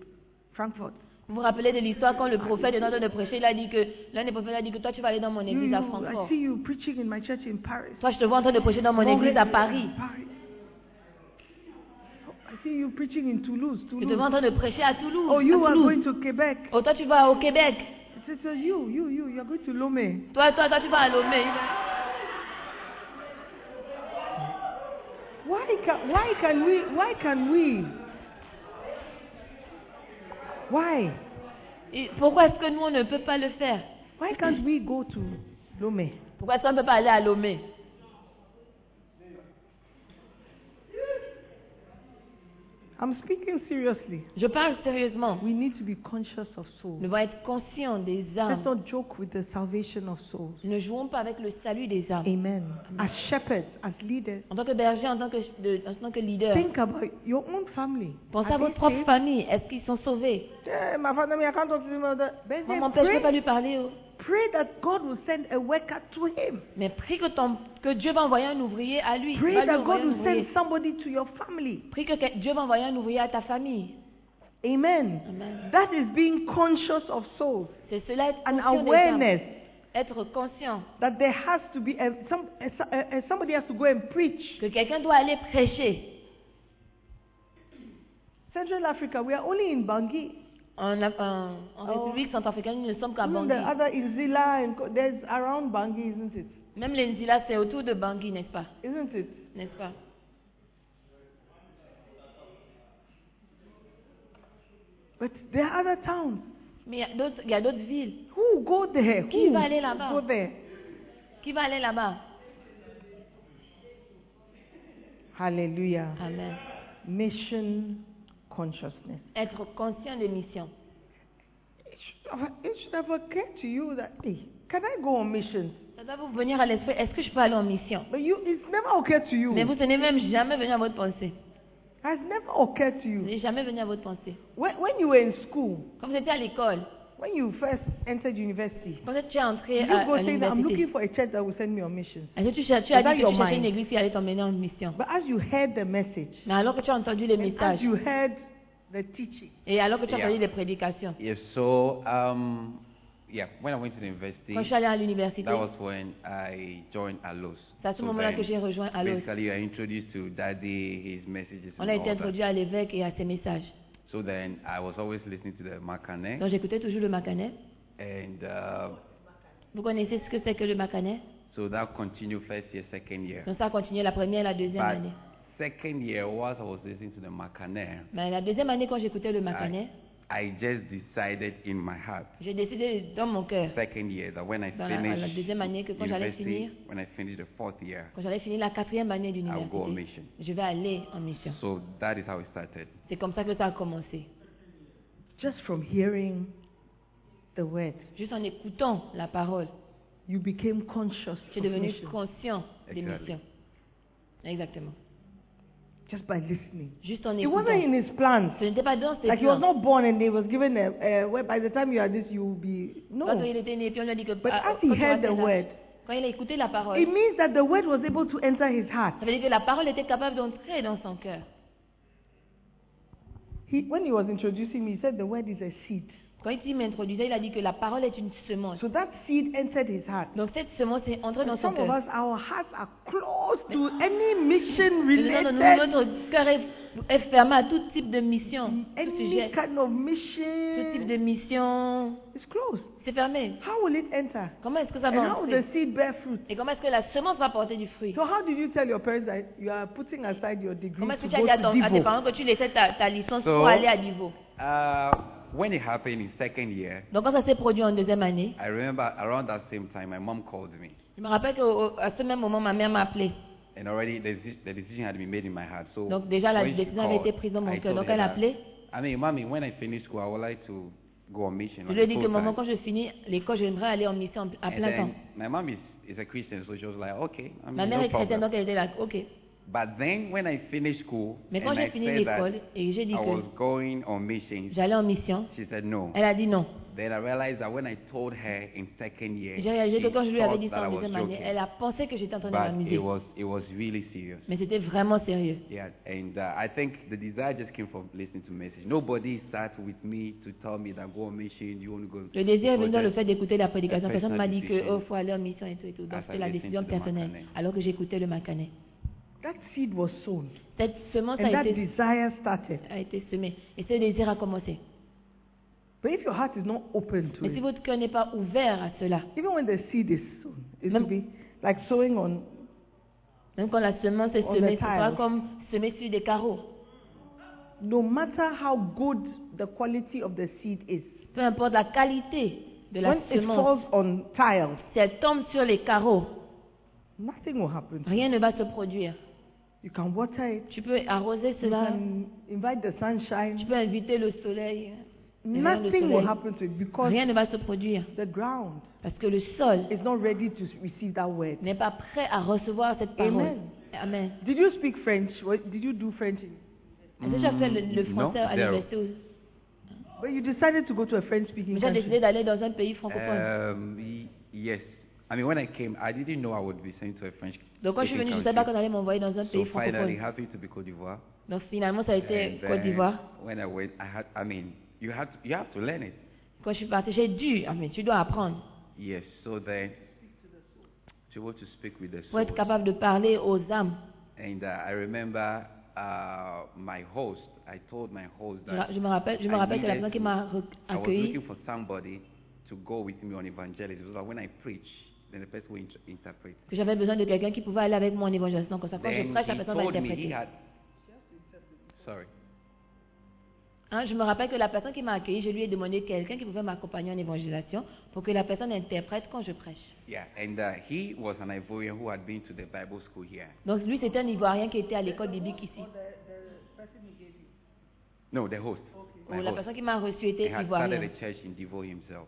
D: Frankfurt.
B: Vous vous rappelez de l'histoire quand le
D: Ah,
B: prophète est en train de prêcher, il a dit que l'un des prophètes a dit que toi tu vas aller dans mon
D: You,
B: église à
D: you- I
B: Francfort.
D: see you preaching in my church in Paris.
B: Toi je te vois en train de prêcher dans mon église à Paris.
D: Paris. Oh, I see you preaching in Toulouse.
B: Je te vois en
D: Toulouse.
B: train de prêcher à Toulouse.
D: Oh, you
B: à
D: are
B: Toulouse.
D: going to Quebec.
B: Oh, toi tu vas au Québec.
D: He said, so you you you you are going to Lomé.
B: Toi, toi, toi tu vas à Lomé.
D: Why can why can we why can we? Why?
B: Et pourquoi est-ce que nous, on ne peut pas le faire
D: Why can't we go to Lomé?
B: Pourquoi est-ce qu'on ne peut pas aller à Lomé
D: I'm speaking seriously.
B: Je parle sérieusement.
D: We need to be conscious of souls.
B: Nous devons être conscients des
D: Let's
B: âmes.
D: not joke with the salvation of souls.
B: Ne jouons pas avec le salut des âmes.
D: Amen. As shepherds, as leaders,
B: En tant que berger, en tant que, de- en tant que leader,
D: think about your own family.
B: pensez
D: Are
B: à
D: they
B: votre propre
D: saved?
B: famille. Est-ce qu'ils sont sauvés
D: Eh, my father, me, I can't talk to him. about that. But
B: On
D: then
B: m'empêche, je ne
D: pray,
B: peux pas lui parler. oh.
D: pray that God will send a worker to him.
B: Mais prie que, ton- que Dieu va envoyer un ouvrier à lui. Il
D: Pray
B: va lui
D: that God
B: envoyer un
D: will send
B: ouvrier.
D: somebody to your family.
B: Prie que, que Dieu va envoyer un ouvrier à ta famille.
D: Amen.
B: Amen.
D: That is being conscious of souls.
B: C'est cela être
D: An
B: conscient des âmes.
D: awareness
B: Être conscient
D: that there has to be a, some, a, a- a- somebody has to go and preach.
B: que quelqu'un doit aller prêcher.
D: Central Africa, we are only in Bangui.
B: En, Af- en- en
D: Oh.
B: République centrafricaine, nous ne sommes qu'à
D: Even the
B: Bangui.
D: other Izila and Co- there's around Bangui, isn't it?
B: Même les Nzila, c'est autour de Bangui, n'est-ce pas
D: Isn't it?
B: N'est-ce pas
D: But there are other towns.
B: Mais il y a d'autres- il y a d'autres villes.
D: Who go there?
B: Qui
D: Who
B: va aller là-bas?
D: go there?
B: Qui va aller là-bas
D: Hallelujah.
B: Amen.
D: Mission consciousness.
B: Être conscient des missions.
D: It should have, it should have occurred to you that, hey, can I go on mission?
B: Ça doit vous venir à l'esprit. Est-ce que je peux aller en mission
D: But you, it's never occurred to you.
B: Mais vous, ce n'est même jamais venu à votre pensée.
D: Has never occurred to
B: Ce
D: you.
B: n'est jamais venu à votre pensée.
D: When, when you were in school,
B: Quand vous étiez à l'école,
D: when you first entered university,
B: quand tu es entré
D: you
B: à,
D: go
B: à
D: saying that I'm
B: l'université,
D: looking for a church that will send me on mission.
B: est-ce que tu, cher- tu
D: Is
B: as
D: that
B: dit que
D: your
B: tu cherchais une
D: mind?
B: église qui allait t'emmener en mission.
D: But as you heard the message,
B: Mais alors que tu as entendu les
D: and as
B: messages
D: you heard the teaching,
B: et alors que tu as
C: Yeah.
B: entendu les prédications,
C: Yes, so um, yeah, when I went to the university,
B: quand je suis allé à l'université,
C: that was when I joined Alos.
B: C'est à ce
C: So
B: moment-là
C: then,
B: que j'ai rejoint Alos.
C: Basically, you are introduced to Daddy, his messages,
B: on
C: and
B: a
C: all
B: été
C: that.
B: introduit à l'évêque et à ses messages.
C: So then, I was always listening to the Makane,
B: Donc j'écoutais toujours le Macanais.
C: and uh,
B: Vous connaissez ce que c'est que le Macanais
C: so that continued first year, second year.
B: Donc ça a continué la première et la deuxième
C: But
B: année.
C: second year, whilst I was listening to the Makane,
B: Mais la deuxième année, quand j'écoutais le Macanais,
C: I, I just decided in my heart.
B: j'ai décidé dans mon cœur,
C: Second year, that when I
B: Dans la-
C: finish
B: la deuxième année que quand j'allais
C: university,
B: finir.
C: when I finish the fourth year,
B: quand j'allais finir la quatrième année
C: I'll go on
B: d'université,
C: mission.
B: je vais aller en mission.
C: So that is how it started.
B: C'est comme ça que ça a commencé.
D: just from hearing the word,
B: Juste en écoutant la parole,
D: you became conscious
B: tu es
D: of
B: devenu
D: mission,
B: conscient des
C: Exactly.
B: missions. Exactement.
D: just by listening.
B: Juste en
D: It wasn't
B: écoutant.
D: in his plans.
B: Ce n'était pas dans ses
D: Like he was
B: plans.
D: not born and he was given a, a well, by the time you are this, you will be.
B: Quand
D: No.
B: il était né, puis on lui a dit que
D: But
B: ah,
D: as he
B: quand tu
D: heard
B: vas
D: the
B: là,
D: word,
B: quand il a écouté la parole,
D: It means that the word was able to enter his heart.
B: ça veut dire que la parole était capable d'entrer dans son cœur.
D: He, when he was introducing me, he said the word is a seed.
B: Quand il m'introduisait, il a dit que la parole est une semence.
D: So that seed entered his heart.
B: Donc cette semence est entrée dans son
D: Some of
B: cœur.
D: us, our hearts are closed to any mission
B: Nous, nous, nous,
D: related,
B: notre cœur est, est fermé à tout type de mission, tout
D: any
B: sujet,
D: kind of
B: tout type de
D: mission.
B: mission.
D: It's closed.
B: C'est fermé.
D: How will it enter?
B: Comment est-ce que ça
D: And
B: va
D: how will the
B: entrer
D: seed bear fruit?
B: Et comment est-ce que la semence va porter du fruit
D: So how did you tell your parents that you are putting aside your degree
B: Comment
D: to
B: est-ce que
D: go to
B: tu as dit à, ton- à tes
D: Divo?
B: parents que tu laissais ta, ta licence
C: So-
B: pour aller à Divo
C: Uh, when it happened in second year,
B: Donc quand ça s'est produit en deuxième année,
C: I remember around that same time, my mom called me,
B: je me rappelle qu'à ce même moment, ma mère m'a appelé.
C: and already the, deci- the decision had been made in my heart. So
B: Donc, déjà, la
C: when she
B: décision avait
C: called,
B: été prise dans mon
C: I
B: cœur.
C: told
B: Donc,
C: her
B: elle a
C: that,
B: appelé.
C: I mean, mommy, when I finish school, I would like to go on mission.
B: Je
C: like
B: lui ai dit que
C: full
B: maman,
C: time."
B: quand je finis l'école, j'aimerais aller en mission à
C: And
B: plein temps.
C: then my mom is, is a Christian, so she was like, okay, I mean,
B: Ma mère
C: Ah, no
B: est chrétienne,
C: problem.
B: donc elle était là. Ok.
C: But then when I finished school,
B: Mais quand
C: and
B: j'ai
C: I
B: fini
C: said that
B: l'école et j'ai dit
C: I was
B: que
C: going on missions,
B: j'allais en mission,
C: she said no.
B: elle a dit non.
C: Then I realized that when I told her in second year,
B: J'ai réalisé que
C: she
B: quand je lui avais dit ça
C: thought that I
B: en
C: was
B: deuxième année,
C: joking.
B: elle a pensé que j'étais en train de
C: but it
B: m'amuser.
C: was it was really serious.
B: Mais c'était vraiment sérieux.
C: Yeah, and uh, I think the desire just came from listening to message. Nobody sat with me to tell me that go on mission, you want to go.
B: Le désir est venu dans le
C: project.
B: fait d'écouter la prédication.
C: A
B: Personne ne m'a dit que,
C: personal
B: oh, faut aller en mission et tout et tout.
C: As
B: Donc,
C: I
B: c'était la
C: listened
B: décision
C: to the
B: personnelle.
C: Macanais.
B: Alors que j'écoutais le Macanais.
D: That seed was sown
B: Cette semence
D: and
B: a
D: that
B: été,
D: desire started.
B: a été semée. Et ce désir a commencé.
D: But if your heart is not open to
B: Mais si
D: it,
B: votre cœur n'est pas ouvert à cela,
D: even when the seed is sown, it will
B: Même-
D: be like sowing on.
B: même quand la semence est
D: On the
B: semée, c'est pas
D: tiles.
B: comme semer sur des carreaux.
D: No matter how good the quality of the seed is,
B: peu importe la qualité de la
D: When it
B: semence,
D: falls on tiles,
B: si elle tombe sur les carreaux,
D: nothing will happen.
B: rien ne va se produire.
D: You can water it.
B: Tu peux arroser
D: You
B: cela,
D: can invite the
B: tu
D: sunshine.
B: peux inviter le soleil. rien de
D: Nothing will
B: soleil.
D: happen to it because
B: Rien ne va se produire
D: the ground
B: parce que le sol
D: is not ready to receive that word.
B: n'est pas prêt à recevoir cette
D: Amen.
B: parole. Amen.
D: Did you speak French? What- Did you do French? in-
B: J'ai déjà fait le, le
C: Mm, non,
B: français à
C: zéro.
B: l'université. où-
D: But you decided to go to a French
B: Mais
D: speaking
B: J'ai décidé
D: country.
B: d'aller dans un pays francophone.
C: Um, y- yes. I mean, when I came, I didn't know I would be sent to a French.
B: Donc quand je suis venue,
C: speaking
B: je ne savais pas qu'on
C: country.
B: allait m'envoyer dans un pays
C: So finally, Eh ben.
B: francophone.
C: happy to be Côte d'Ivoire.
B: Donc finalement, ça a été
C: And then
B: Côte d'Ivoire.
C: When I went, I had. I mean, you have to, you have to learn it.
B: Quand je suis partie, j'ai dû, ah, mais tu dois apprendre
C: Yes. So then, to able to speak with the
B: pour être
C: souls.
B: capable de parler aux âmes.
C: And uh, I remember uh, my host. I told my host
B: Je,
C: that
B: je me rappelle, je me
C: I
B: rappelle que la
C: needed
B: personne qui
C: to-
B: m'a re-
C: I was
B: accueilli,
C: looking for somebody to go with me on evangelism. So that when I preach, then the person will inter- interpret.
B: que j'avais besoin de quelqu'un qui pouvait aller avec moi en évangélisation. Donc, Comme ça, quand je
C: Then
B: prêche, la
C: he
B: personne va
C: told me he
B: interpréter.
C: had. Sorry.
B: Hein, je me rappelle que la personne qui m'a accueilli, je lui ai demandé quelqu'un qui pouvait m'accompagner en évangélisation pour que la personne interprète quand je prêche.
C: Yeah, and uh, he was an Ivorian who had been to the Bible school here.
B: Donc lui, c'était un Ivoirien qui était à l'école biblique ici.
C: No, the host. my
B: Ou Oh, la
C: host.
B: personne qui m'a reçu
C: He
B: était
C: had started
B: Ivoirienne.
C: a church in Divo himself.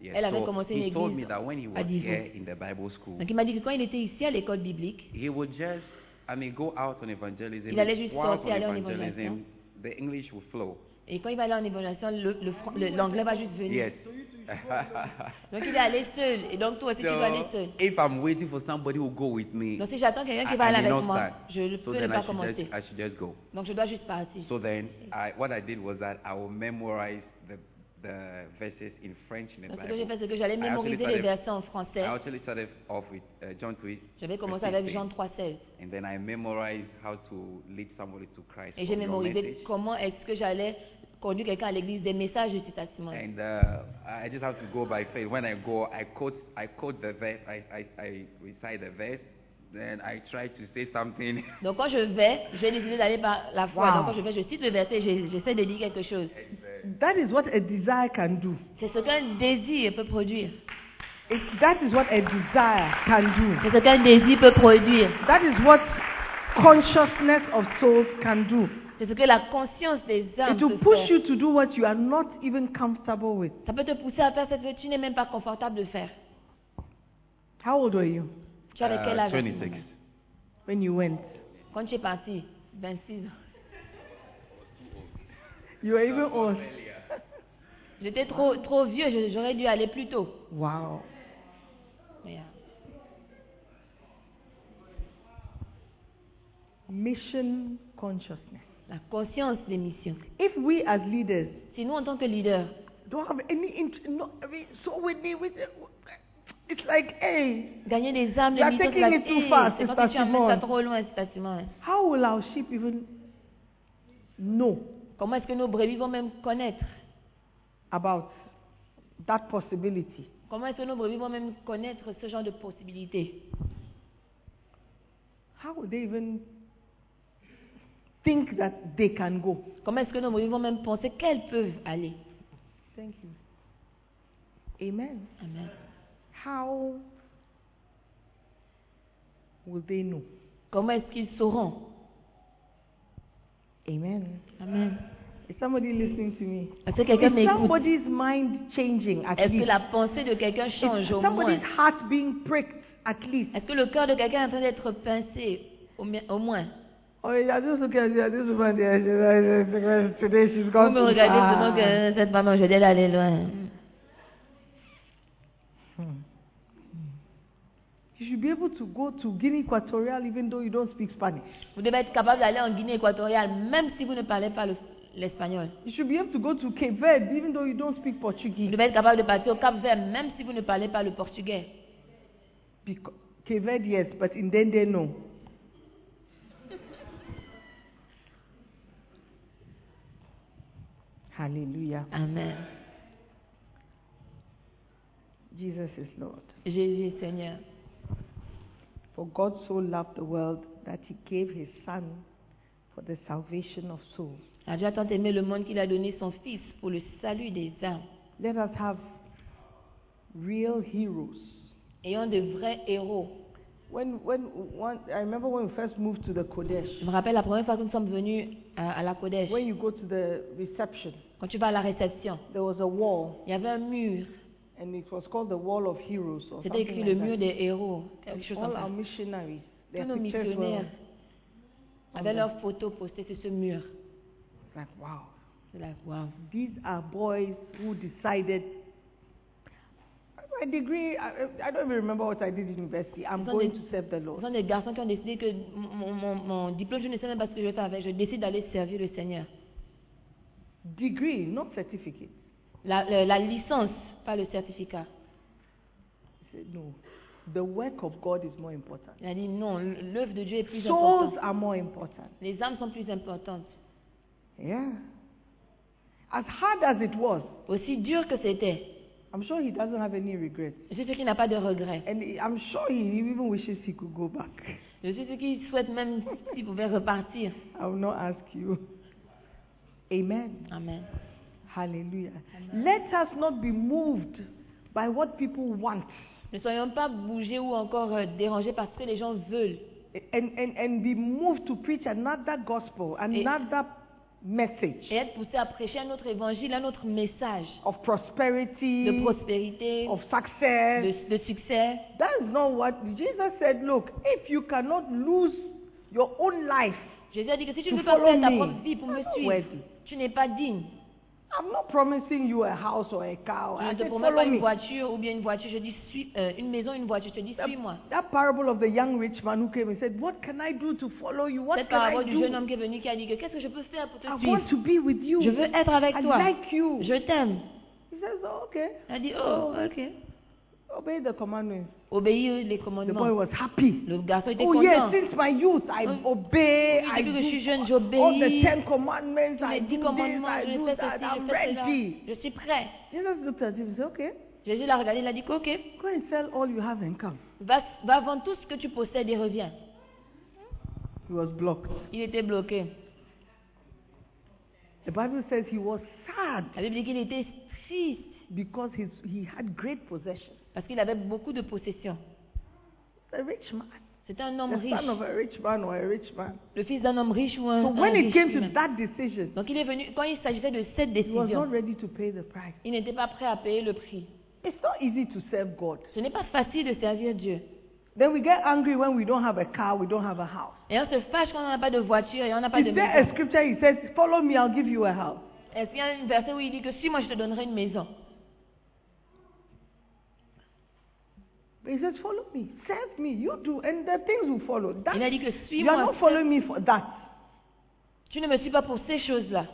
C: Yes,
B: Elle avait
C: so
B: commencé une
C: he told
B: église
C: me that when he
B: à
C: was
B: Divo.
C: here in the Bible school,
B: Donc il m'a dit que quand il était ici à l'école biblique,
C: he would just, I mean, go out on evangelism.
B: Il allait juste
C: Whilst
B: sortir,
C: on
B: aller en
C: evangelism, the English would flow.
B: et quand il va aller en évangélisation, le- le fran- le- l'anglais va juste venir.
C: Yes.
B: Donc il est allé seul. Et donc toi aussi, tu dois aller seul.
C: so if I'm waiting for somebody who go with me,
B: Donc si j'attends quelqu'un
C: I,
B: qui va aller
C: I may
B: avec
C: not
B: moi,
C: start.
B: je ne
C: so
B: peux ne
C: then I
B: pas
C: should,
B: commencer.
C: just, I should just go.
B: Donc je dois juste partir.
C: So then, I, what I did was that I will memorize the, the verses in French in the
B: Donc ce que j'ai
C: Bible.
B: fait, c'est que j'allais
C: I actually
B: mémoriser les
C: started-
B: versets en
C: I
B: français.
C: actually started off with uh, John 3.
B: J'avais commencé
C: verse
B: avec
C: 16.
B: Jean 3,16.
C: And then I memorized how to lead somebody to Christ.
B: Et j'ai
C: from your
B: mémorisé
C: message.
B: comment est-ce que j'allais conduire quelqu'un à l'église, des messages de citation.
C: And uh, I just have to go by faith. When I go, I quote, I quote the verse, I, I, I recite the verse, then I try to say something.
B: Donc quand je vais, j'ai décidé d'aller par la foi.
D: Wow.
B: Donc quand je vais, je cite le verset, j'ai- j'essaie de dire quelque chose.
D: That is what a desire can do.
B: C'est ce qu'un désir peut produire.
D: It, that is what a desire can do.
B: C'est ce qu'un désir peut produire.
D: That is what consciousness of souls can do.
B: C'est ce que la conscience des âmes
D: It
B: peut
D: will
B: faire.
D: push you to do what you are not even comfortable with.
B: Ça peut te pousser à faire ce que tu n'es même pas confortable de faire.
D: How old were you
B: Tu avais quel
C: Uh,
B: âge à ce
C: 26.
B: moment
D: when you went?
B: Quand tu es parti, 26 ans.
D: You were even old.
B: J'étais trop, trop vieux, je- j'aurais dû aller plus tôt.
D: Wow.
B: Mais, euh,
D: Mission consciousness.
B: La conscience des missions.
D: If we as leaders
B: Si nous, en tant que leaders,
D: don't have any int- no, I mean, so with me, with it's like, hey,
B: gagner des âmes,
D: You
B: des
D: are
B: missions,
D: taking
B: la-
D: it too
B: Eh,
D: far,
B: c'est parce que
D: Sister
B: tu amènes ça
D: Simone.
B: trop loin, c'est Simon.
D: how will our sheep even know
B: Comment est-ce que nos brebis vont même connaître
D: about that possibility?
B: Comment est-ce que nos brebis vont même connaître ce genre de possibilités
D: How would they even think that they can go?
B: Comment est-ce que nos brebis vont même penser qu'elles peuvent aller
D: Thank you. Amen.
B: Amen.
D: How will they know?
B: Comment est-ce qu'ils sauront
D: Amen.
B: Amen.
D: Is somebody listening to me?
B: Est-ce que quelqu'un
D: Is
B: m'écoute
D: somebody's mind changing at
B: Est-ce que
D: least?
B: la pensée de quelqu'un change
D: Is
B: au moins
D: somebody's heart being pricked at least?
B: Est-ce que le cœur de quelqu'un est en train d'être pincé au, mi- au moins
D: Oh, yeah, just look at yeah, this woman there. she- Today she's
B: Vous
D: gone.
B: me
D: too
B: regardez
D: far.
B: vraiment que euh, cette maman, je vais aller loin.
D: You should be able to go to Guinea Equatorial even though you don't speak Spanish.
B: Vous devez être capable d'aller en Guinée équatoriale, même si vous ne parlez pas le- l'espagnol.
D: You should be able to go to Cape Verde even though you don't speak
B: Vous
D: Portuguese.
B: devez être capable de partir au Cap Vert, même si vous ne parlez pas le portugais.
D: Because, Cape Verde, yes, but in Dende, no. Hallelujah.
B: Amen.
D: Jesus is Lord.
B: Jésus, Seigneur.
D: For God so loved the world that he gave his Son for the salvation of souls.
B: Ah, Car Dieu a tant aimé le monde qu'il a donné son Fils pour le salut des âmes.
D: Let us have real heroes.
B: ayant de vrais héros.
D: When, when one, I remember when we first moved to the Kodesh,
B: Je me rappelle la première fois que nous sommes venus à, à la Kodesh,
D: when you go to the reception,
B: quand tu vas à la réception,
D: there was a wall,
B: il y avait un mur.
D: and it was called the Wall of Heroes. Or
B: C'était
D: something
B: écrit
D: like
B: le
D: that.
B: mur des héros, quelque
D: And
B: chose comme
D: All
B: ça.
D: our missionaries,
B: Tous
D: their
B: nos
D: pictures were
B: missionnaires avaient leurs photos postées sur ce mur.
D: like, wow.
B: C'est là, wow.
D: These are boys who decided. My degree, I, I don't even remember what I did in university. I'm
B: Ils ont
D: going
B: des-
D: to serve the
B: Ce
D: Lord.
B: sont des garçons qui ont décidé que mon, mon- mon diplôme, je ne sais même pas ce que je vais faire avec, je décide d'aller servir le Seigneur.
D: Degree, not certificate.
B: La, la- la licence, pas le certificat.
D: I said, no. The work of God is more important.
B: Il a dit non, l'œuvre de Dieu est plus
D: Souls
B: importante.
D: are more important.
B: Les âmes sont plus importantes.
D: Yeah. As hard as it was,
B: Aussi dur que c'était,
D: I'm sure he doesn't have any regrets.
B: je suis sûr qu'il n'a pas de regrets.
D: And he- I'm sure he even wishes he could go back.
B: Je suis sûr qu'il souhaite même s'il pouvait repartir.
D: I will not ask you. Amen.
B: Amen.
D: Hallelujah. Let us not be moved by what people want
B: Ne soyons pas bougés ou encore euh, dérangés parce que les gens veulent.
D: and, and, and be moved to preach another gospel, another message
B: Et être poussés à prêcher un autre évangile, un autre message
D: of prosperity,
B: de prospérité,
D: of success.
B: de, de succès.
D: That is not what Jesus said. Look, if you cannot lose your own life,
B: Jésus a dit que si tu
D: To
B: ne veux pas
D: follow
B: faire ta
D: me.
B: propre vie pour me
D: I'm not
B: suivre,
D: worthy.
B: tu n'es pas digne.
D: I'm not promising you a house or a cow.
B: Je
D: I
B: ne te
D: said,
B: promets
D: follow
B: pas une
D: me.
B: voiture ou bien une voiture, je dis suis, euh, une maison, une voiture, je te dis
D: That,
B: suis-moi.
D: that parable of the young rich man who came and said, What can I do to follow you? What
B: Cette
D: can I
B: parole du
D: do?
B: jeune homme qui est venu qui a dit que qu'est-ce que je peux faire pour te
D: I
B: suivre
D: want to be with you.
B: Je veux être avec
D: I
B: toi.
D: like you.
B: Je t'aime.
D: He says, oh, okay,
B: Elle a dit oh ok.
D: obey the commandments.
B: Obéir les
D: The boy
B: commandements.
D: was happy.
B: Le garçon était
D: Oh yes,
B: content.
D: since my youth I
B: Oh, depuis
D: obey, I
B: que je suis
D: do
B: jeune,
D: all the
B: j'obéis.
D: ten commandments,
B: Tous
D: I
B: les
D: do
B: dix
D: this,
B: commandements,
D: I
B: je
D: do
B: fais
D: that,
B: ceci,
D: I'm
B: je fais
D: ready.
B: cela. Je suis prêt.
D: Jesus looked at him and said, okay,
B: Jésus l'a regardé, il a dit ok,
D: go and sell all you have and come.
B: va, va vendre tout ce que tu possèdes et reviens.
D: He was blocked.
B: Il était bloqué.
D: The Bible says he was sad
B: La Bible dit qu'il était triste
D: because his, he had great possessions.
B: parce qu'il avait beaucoup de possessions.
D: A rich man,
B: C'était un homme
D: the
B: riche,
D: son of a rich man or a rich man.
B: le fils d'un homme riche ou un,
D: So
B: un
D: when it
B: riche
D: came to
B: lui-même.
D: that decision,
B: Donc il est venu, quand il s'agissait de cette
D: he was not
B: décision,
D: ready to pay the price.
B: il n'était pas prêt à payer le prix.
D: It's not easy to serve God.
B: Ce n'est pas facile de servir Dieu.
D: Then we get angry when we don't have a car, we don't have a house.
B: Et on se fâche quand on n'a pas de voiture et on n'a pas de
D: Is there a
B: maison.
D: scripture he says, Follow me, I'll give you a house?
B: Est-ce qu'il y a un verset où il dit que si moi je te donnerai une maison
D: But he says, Follow me, serve me, you do, and the things will follow. That,
B: Il a dit que
D: you
B: suis-moi.
D: are not following me for that.
B: Tu ne me suis pas pour ces choses-là.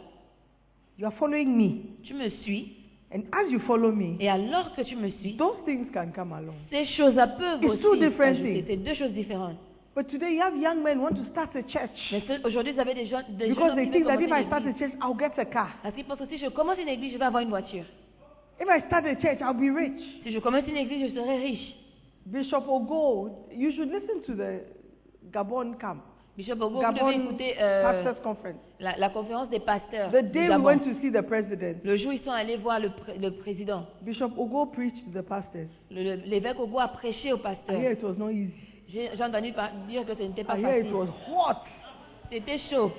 D: You are following me.
B: Tu me suis.
D: And as you follow me,
B: Et alors que tu me suis,
D: those things can come along.
B: ces choses-là peuvent
D: It's
B: aussi
D: two different
B: s'ajouter.
D: things.
B: C'est deux choses différentes.
D: But today you have young men who want to start a church
B: Mais ce- aujourd'hui, vous avez des gens, des
D: because
B: jeunes
D: they
B: hommes qui
D: think
B: veulent
D: that if I
B: commencer
D: start
B: une
D: a
B: église.
D: church, I'll get a car.
B: Parce qu'ils pensent que si je commence une église, je vais avoir une voiture.
D: If I start a church, I'll be rich.
B: Si je commence une église, je serai riche.
D: Bishop Ogo, you should listen to the Gabon camp,
B: Bishop Ogo, vous devez
D: Gabon
B: écouter euh,
D: Pastors Conference.
B: la, la conférence des pasteurs.
D: The
B: du
D: day we
B: Gabon.
D: went to see the president,
B: Le jour, ils sont allés voir le, pré- le président.
D: Bishop Ogo preached to the pastors.
B: Le- le- L'évêque Ogo a prêché au
D: I hear
B: pasteur.
D: it was not easy.
B: J'ai j'ai entendu par- dire que ce n'était pas
D: I hear Ah, it
B: facile.
D: was hot.
B: C'était chaud.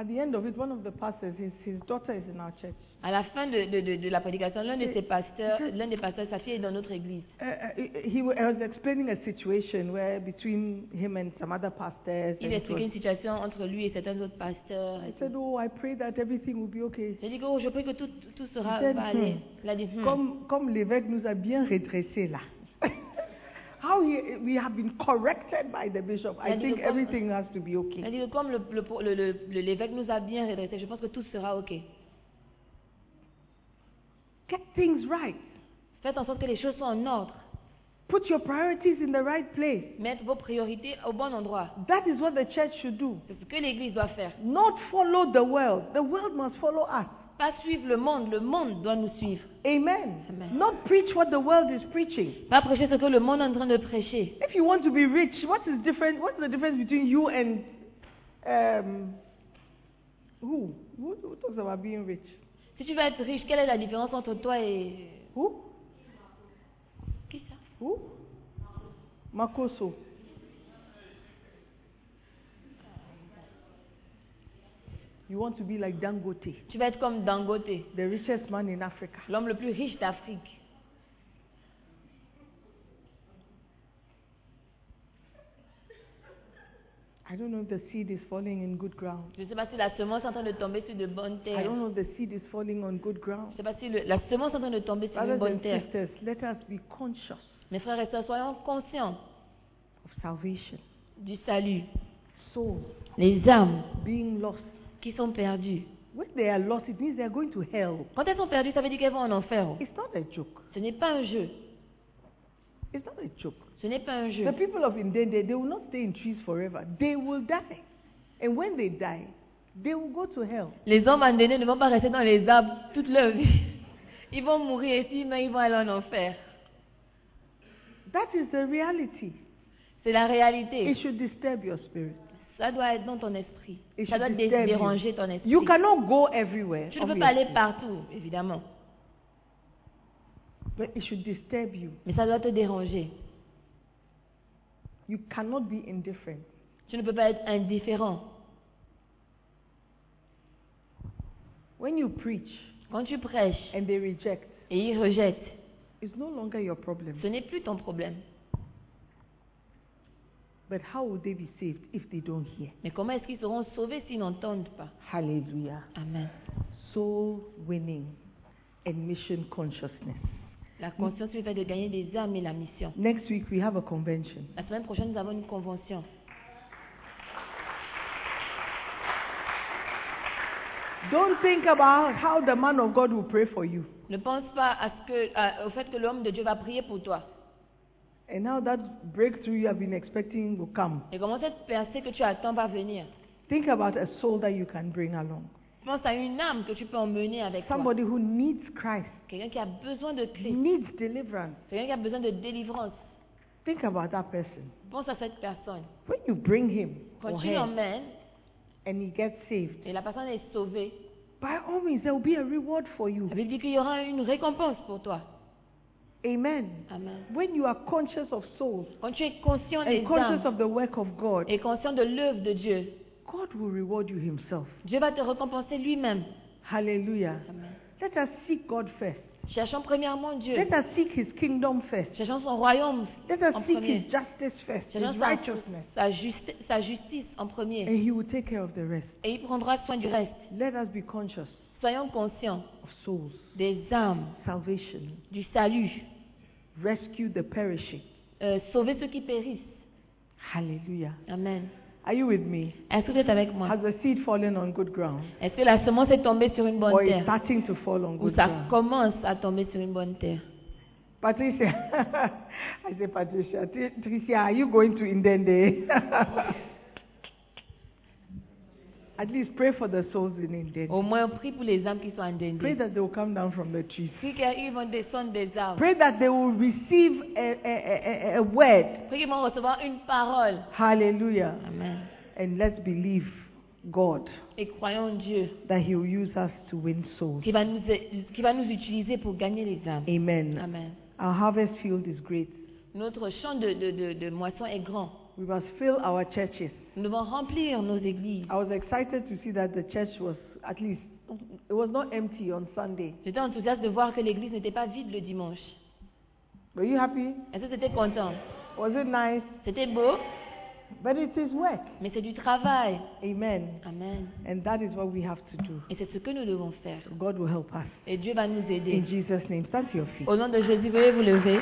D: At the end of it, one of the pastors, his, his daughter is in our church.
B: À la fin de, de- de- de la prédication, l'un de ses pasteurs, l'un des pasteurs, sa fille est dans notre église.
D: Uh, uh, he, he was explaining a situation where between him and some other pastors.
B: Il
D: and it
B: expliquait
D: was-
B: une situation entre lui et certains autres pasteurs.
D: I said, Oh, I pray that everything will be okay.
B: J'ai dit que oh, je prie que tout, tout sera
D: Then,
B: va aller.
D: hmm.
B: Il a dit, hmm.
D: Comme, comme l'évêque nous a bien redressés là. How he, we have been corrected by the bishop. I
B: Yeah,
D: think
B: because-
D: everything has to be
B: Il a
D: okay.
B: dit que comme le- le- le- le- le- l'évêque nous a bien redressés, je pense que tout sera OK.
D: Get things right.
B: Faites en sorte que les choses soient en ordre.
D: Put your priorities in the right place.
B: Mettre vos priorités au bon endroit.
D: That is what the church should do.
B: C'est ce que l'Église doit faire.
D: Not follow the world. The world must follow us.
B: Pas suivre le monde, le monde doit nous suivre.
D: Amen.
B: Amen.
D: Not preach what the world is preaching.
B: Pas prêcher ce que le monde est en train de prêcher.
D: If you want to be rich, what is different? What's the difference between you and um, Who? Who, who talks about being rich?
B: Si tu veux être riche, quelle est la différence entre toi et. euh,
D: Who?
B: Qui ça
D: Who? Makoso. You want to be like Dangote,
B: Tu vas être comme Dangote,
D: the richest man in Africa.
B: l'homme le plus riche d'Afrique.
D: I don't know if the seed is falling in good ground.
B: Je ne sais pas si la semence est en train de tomber sur de bonnes
D: I
B: terres.
D: don't know if the seed is falling on good
B: Je ne
D: ground.
B: sais pas si le- la semence est en train de tomber sur une
D: Brothers
B: bonne
D: and
B: terre.
D: sisters, let us be conscious
B: Mes frères et sœurs, soyons conscients
D: of salvation.
B: du salut.
D: Souls
B: Les âmes
D: being lost.
B: qui sont perdues.
D: When they are lost, it means they are going to hell.
B: Quand elles sont perdues, ça veut dire qu'elles vont en enfer. Oh.
D: It's not a joke.
B: Ce n'est pas un jeu.
D: It's not a joke.
B: Ce n'est pas un jeu.
D: The people of Indende, they will not stay in trees forever. They will die. And when they die, they will go to hell.
B: Les hommes abandonnés ne vont pas rester dans les arbres toute leur vie. Ils vont mourir ici, mais ils vont aller en enfer.
D: That is the reality.
B: C'est la réalité.
D: It should disturb your spirit.
B: Ça doit être dans ton esprit.
D: It
B: Ça
D: should
B: doit dé-
D: disturb
B: déranger ton
D: you.
B: esprit.
D: You Oh, cannot go everywhere.
B: Tu ne peux pas aller
D: obviously,
B: partout, évidemment.
D: But it should disturb you.
B: Mais ça doit te déranger.
D: You cannot be indifferent.
B: Tu ne peux pas être indifférent.
D: When you preach
B: Quand tu prêches
D: and they reject,
B: et ils rejettent,
D: it's no longer your problem.
B: ce n'est plus ton problème.
D: But how will they be saved if they don't hear?
B: Mais comment est-ce qu'ils seront sauvés s'ils n'entendent pas
D: Hallelujah.
B: Amen.
D: Soul winning and mission consciousness.
B: La conscience lui fait de gagner des âmes et la mission.
D: Next week we have a convention.
B: La semaine prochaine, nous avons une convention.
D: Don't think about how the man of God will pray for you
B: Ne pense pas à ce que, à- au fait que l'homme de Dieu va prier pour toi.
D: and how that breakthrough you have been expecting will come.
B: Et comment cette percée que tu attends va venir
D: Think about a soul that you can bring along.
B: Pense à une âme que tu peux emmener avec toi.
D: Somebody who needs Christ,
B: Quelqu'un qui a besoin de Christ.
D: needs deliverance.
B: Quelqu'un qui a besoin de délivrance.
D: Think about that person.
B: Pense à cette personne.
D: When you bring him
B: Quand
D: or
B: tu
D: her
B: l'emmènes
D: and he gets saved,
B: et la personne est sauvée,
D: by all means there will be a reward for you.
B: la Bible dit qu'il y aura une récompense pour toi.
D: Amen.
B: Amen.
D: When you are conscious of souls
B: Quand tu es conscient des
D: and conscious
B: âmes
D: of the work of God,
B: et conscient de l'œuvre de Dieu,
D: God will reward you himself.
B: Dieu va te récompenser lui-même.
D: Hallelujah.
B: Amen.
D: Let us seek God first.
B: Cherchons premièrement Dieu.
D: Let us seek his kingdom first.
B: Cherchons son royaume
D: Let us
B: en
D: seek his
B: premier.
D: justice first,
B: Cherchons
D: his
B: sa,
D: righteousness,
B: sa justi- sa justice en premier.
D: and he will take care of the rest.
B: Et il prendra soin du reste.
D: Let us be conscious
B: Soyons conscients
D: of souls,
B: des âmes,
D: salvation,
B: du salut.
D: rescue the perishing.
B: Euh, sauver ceux qui périssent.
D: Hallelujah.
B: Amen.
D: Are you with me?
B: Est-ce que vous êtes avec moi
D: Has the seed fallen on good ground?
B: Est-ce que la semence est tombée sur une
D: Or
B: bonne
D: is
B: terre
D: starting to fall on
B: Ou
D: good
B: ça
D: ground?
B: commence à tomber sur une bonne terre
D: Patricia, I say Patricia, Tri- Tricia, are you going to Indende? At least pray for the souls in Indende.
B: Au moins, on prie pour les âmes qui sont en
D: Pray
B: danger.
D: that they will come down from the trees.
B: Prie qu'ils vont descendre des arbres.
D: Pray that they will receive a, a, a- a, a word.
B: Prie qu'ils vont recevoir une parole.
D: Hallelujah.
B: Amen.
D: And let's believe God
B: Et croyons en Dieu
D: that He will use us to win souls.
B: qui va, nous, qui va nous utiliser pour gagner les âmes.
D: Amen.
B: Amen.
D: Our harvest field is great.
B: Notre champ de, de, de, de moisson est grand.
D: We must fill our churches.
B: Nous devons remplir nos églises.
D: I was excited to see that the church was at least it was not empty on Sunday.
B: J'étais enthousiaste de voir que l'église n'était pas vide le dimanche.
D: Were you happy?
B: Est-ce que c'était content
D: Was it nice?
B: C'était beau,
D: But it is work.
B: mais c'est du travail.
D: Amen.
B: Amen.
D: And that is what we have to do.
B: Et c'est ce que nous devons faire.
D: God will help us.
B: Et Dieu va nous aider.
D: In Jesus' name, stand to your feet.
B: Au nom de Jésus, veuillez vous lever.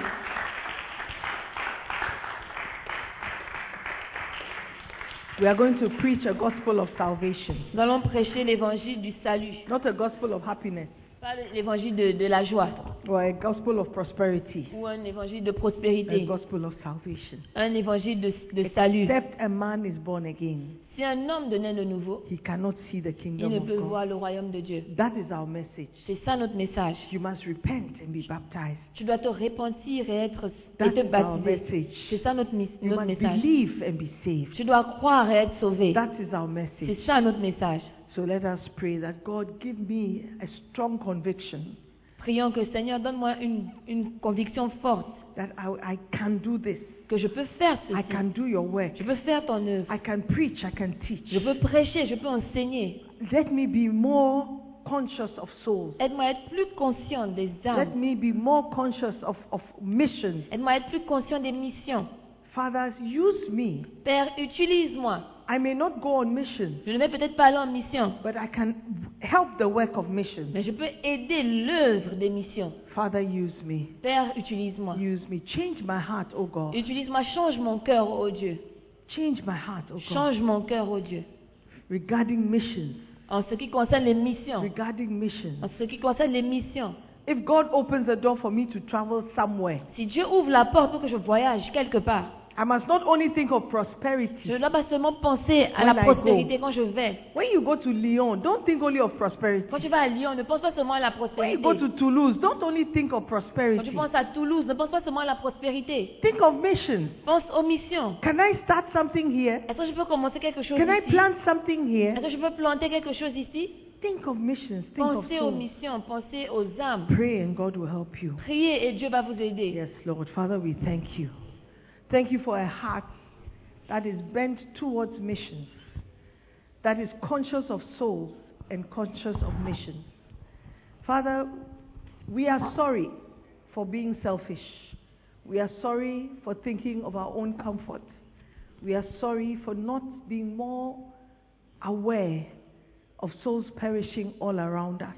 D: We are going to preach a gospel of salvation,
B: Nous allons prêcher l'évangile du salut,
D: not a gospel of happiness
B: pas l'évangile de, de la joie,
D: or a gospel of prosperity,
B: ou un évangile de
D: a
B: prospérité,
D: gospel of salvation.
B: un évangile de, de salut.
D: Except a man is born again,
B: Si un homme devenait de nouveau,
D: he cannot see the
B: il
D: kingdom
B: ne
D: of
B: peut
D: God.
B: voir le royaume de Dieu.
D: That is our message.
B: C'est ça notre message.
D: You must repent and be baptized.
B: Tu dois te repentir et être et
D: That
B: te
D: is our
B: baptiser.
D: message.
B: C'est ça notre, mis-
D: You
B: notre
D: must
B: message.
D: believe and be saved.
B: Tu dois croire et être sauvé.
D: That is our
B: C'est
D: message.
B: ça notre message.
D: So let us pray that God give me a strong conviction
B: Prions que Seigneur, donne-moi une, une conviction forte
D: that I, I can do this.
B: que je peux faire
D: I
B: ceci.
D: can do your work.
B: Je peux faire ton œuvre.
D: I can preach. I can
B: Je
D: teach.
B: peux prêcher, je peux enseigner.
D: Let me be more conscious of souls.
B: Aide-moi à être plus conscient des
D: Let
B: âmes.
D: me be more conscious of, of missions.
B: Aide-moi à être plus conscient des missions.
D: Fathers, use me.
B: Père, utilise-moi.
D: I may not go on mission,
B: Je ne vais peut-être pas aller en mission,
D: but I can help the work of mission.
B: mais je peux aider l'œuvre des missions.
D: Father, use me.
B: Père, utilise-moi.
D: Use me. Change my heart, O God.
B: Utilise-moi, change mon cœur, ô Dieu.
D: Change my heart, O God.
B: Change mon cœur, ô Dieu.
D: Regarding missions.
B: En ce qui concerne les missions.
D: Regarding missions.
B: En ce qui concerne les missions.
D: If God opens the door for me to travel somewhere,
B: Si Dieu ouvre la porte pour que je voyage quelque part,
D: I must not only think of
B: je ne
D: prosperity.
B: dois pas seulement penser à la
D: When I go.
B: prospérité quand je vais.
D: When you go to Lyon, don't think only of prosperity.
B: Quand tu vas à Lyon, ne pense pas seulement à la
D: When you
B: prospérité.
D: go to Toulouse, don't only think of
B: Quand tu
D: prosperity.
B: penses à Toulouse, ne pense pas seulement à la prospérité.
D: Think of missions.
B: Pense aux missions.
D: Can I start something here?
B: Est-ce que je peux commencer quelque chose
D: Can I
B: ici?
D: plant something here?
B: Est-ce que je peux planter quelque chose ici
D: Think of missions. Think of
B: Pensez aux
D: souls.
B: missions, pensez aux âmes.
D: Pray and God will help you.
B: Priez et Dieu va vous aider.
D: Yes, Lord. Father, we thank you. Thank you for a heart that is bent towards missions, that is conscious of souls and conscious of missions. Father, we are sorry for being selfish. We are sorry for thinking of our own comfort. We are sorry for not being more aware of souls perishing all around us.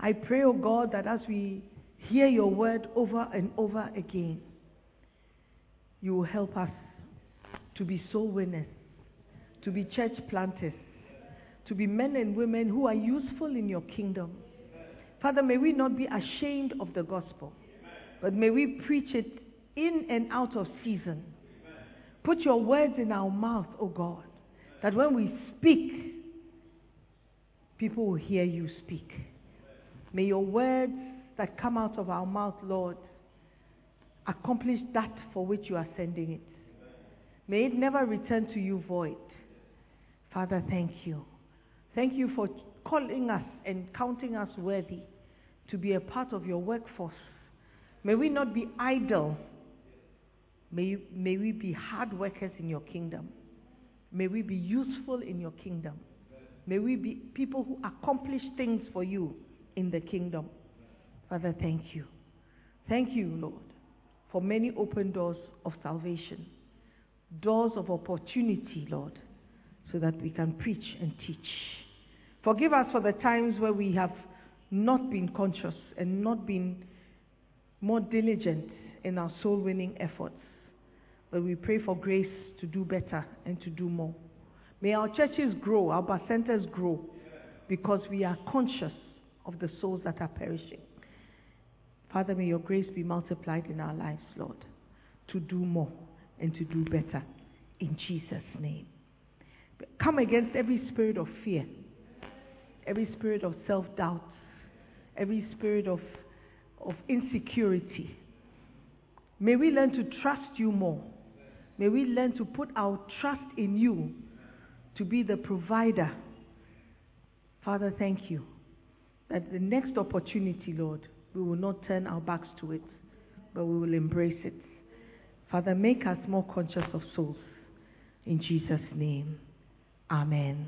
D: I pray, O God, that as we hear your word over and over again, you will help us to be soul winners, to be church planters, to be men and women who are useful in your kingdom. Father, may we not be ashamed of the gospel, but may we preach it in and out of season. Put your words in our mouth, O God, that when we speak, people will hear you speak. May your words that come out of our mouth, Lord, accomplish that for which you are sending it. May it never return to you void. Father, thank you. Thank you for calling us and counting us worthy to be a part of your workforce. May we not be idle. May, may we be hard workers in your kingdom. May we be useful in your kingdom. May we be people who accomplish things for you in the kingdom. Father, thank you. Thank you, Lord, for many open doors of salvation, doors of opportunity, Lord, so that we can preach and teach. Forgive us for the times where we have not been conscious and not been more diligent in our soul winning efforts. But we pray for grace to do better and to do more. May our churches grow, our bar centers grow, because we are conscious of the souls that are perishing. Father, may your grace be multiplied in our lives, Lord, to do more and to do better. In Jesus' name. Come against every spirit of fear, every spirit of self doubt, every spirit of, of insecurity. May we learn to trust you more. May we learn to put our trust in you to be the provider. Father, thank you that the next opportunity, Lord, we will not turn our backs to it, but we will embrace it. Father, make us more conscious of souls. In Jesus' name, Amen.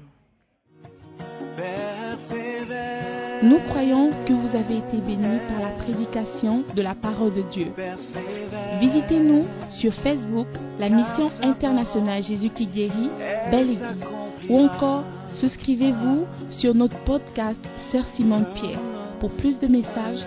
A: Père sévère,
E: Nous croyons que vous avez été bénis par la prédication de la parole de Dieu.
A: Père sévère,
E: Visitez-nous sur Facebook, la mission internationale Jésus qui guérit, Belle Église. Ou encore, souscrivez-vous sur notre podcast Sœur Simone Pierre pour plus de messages.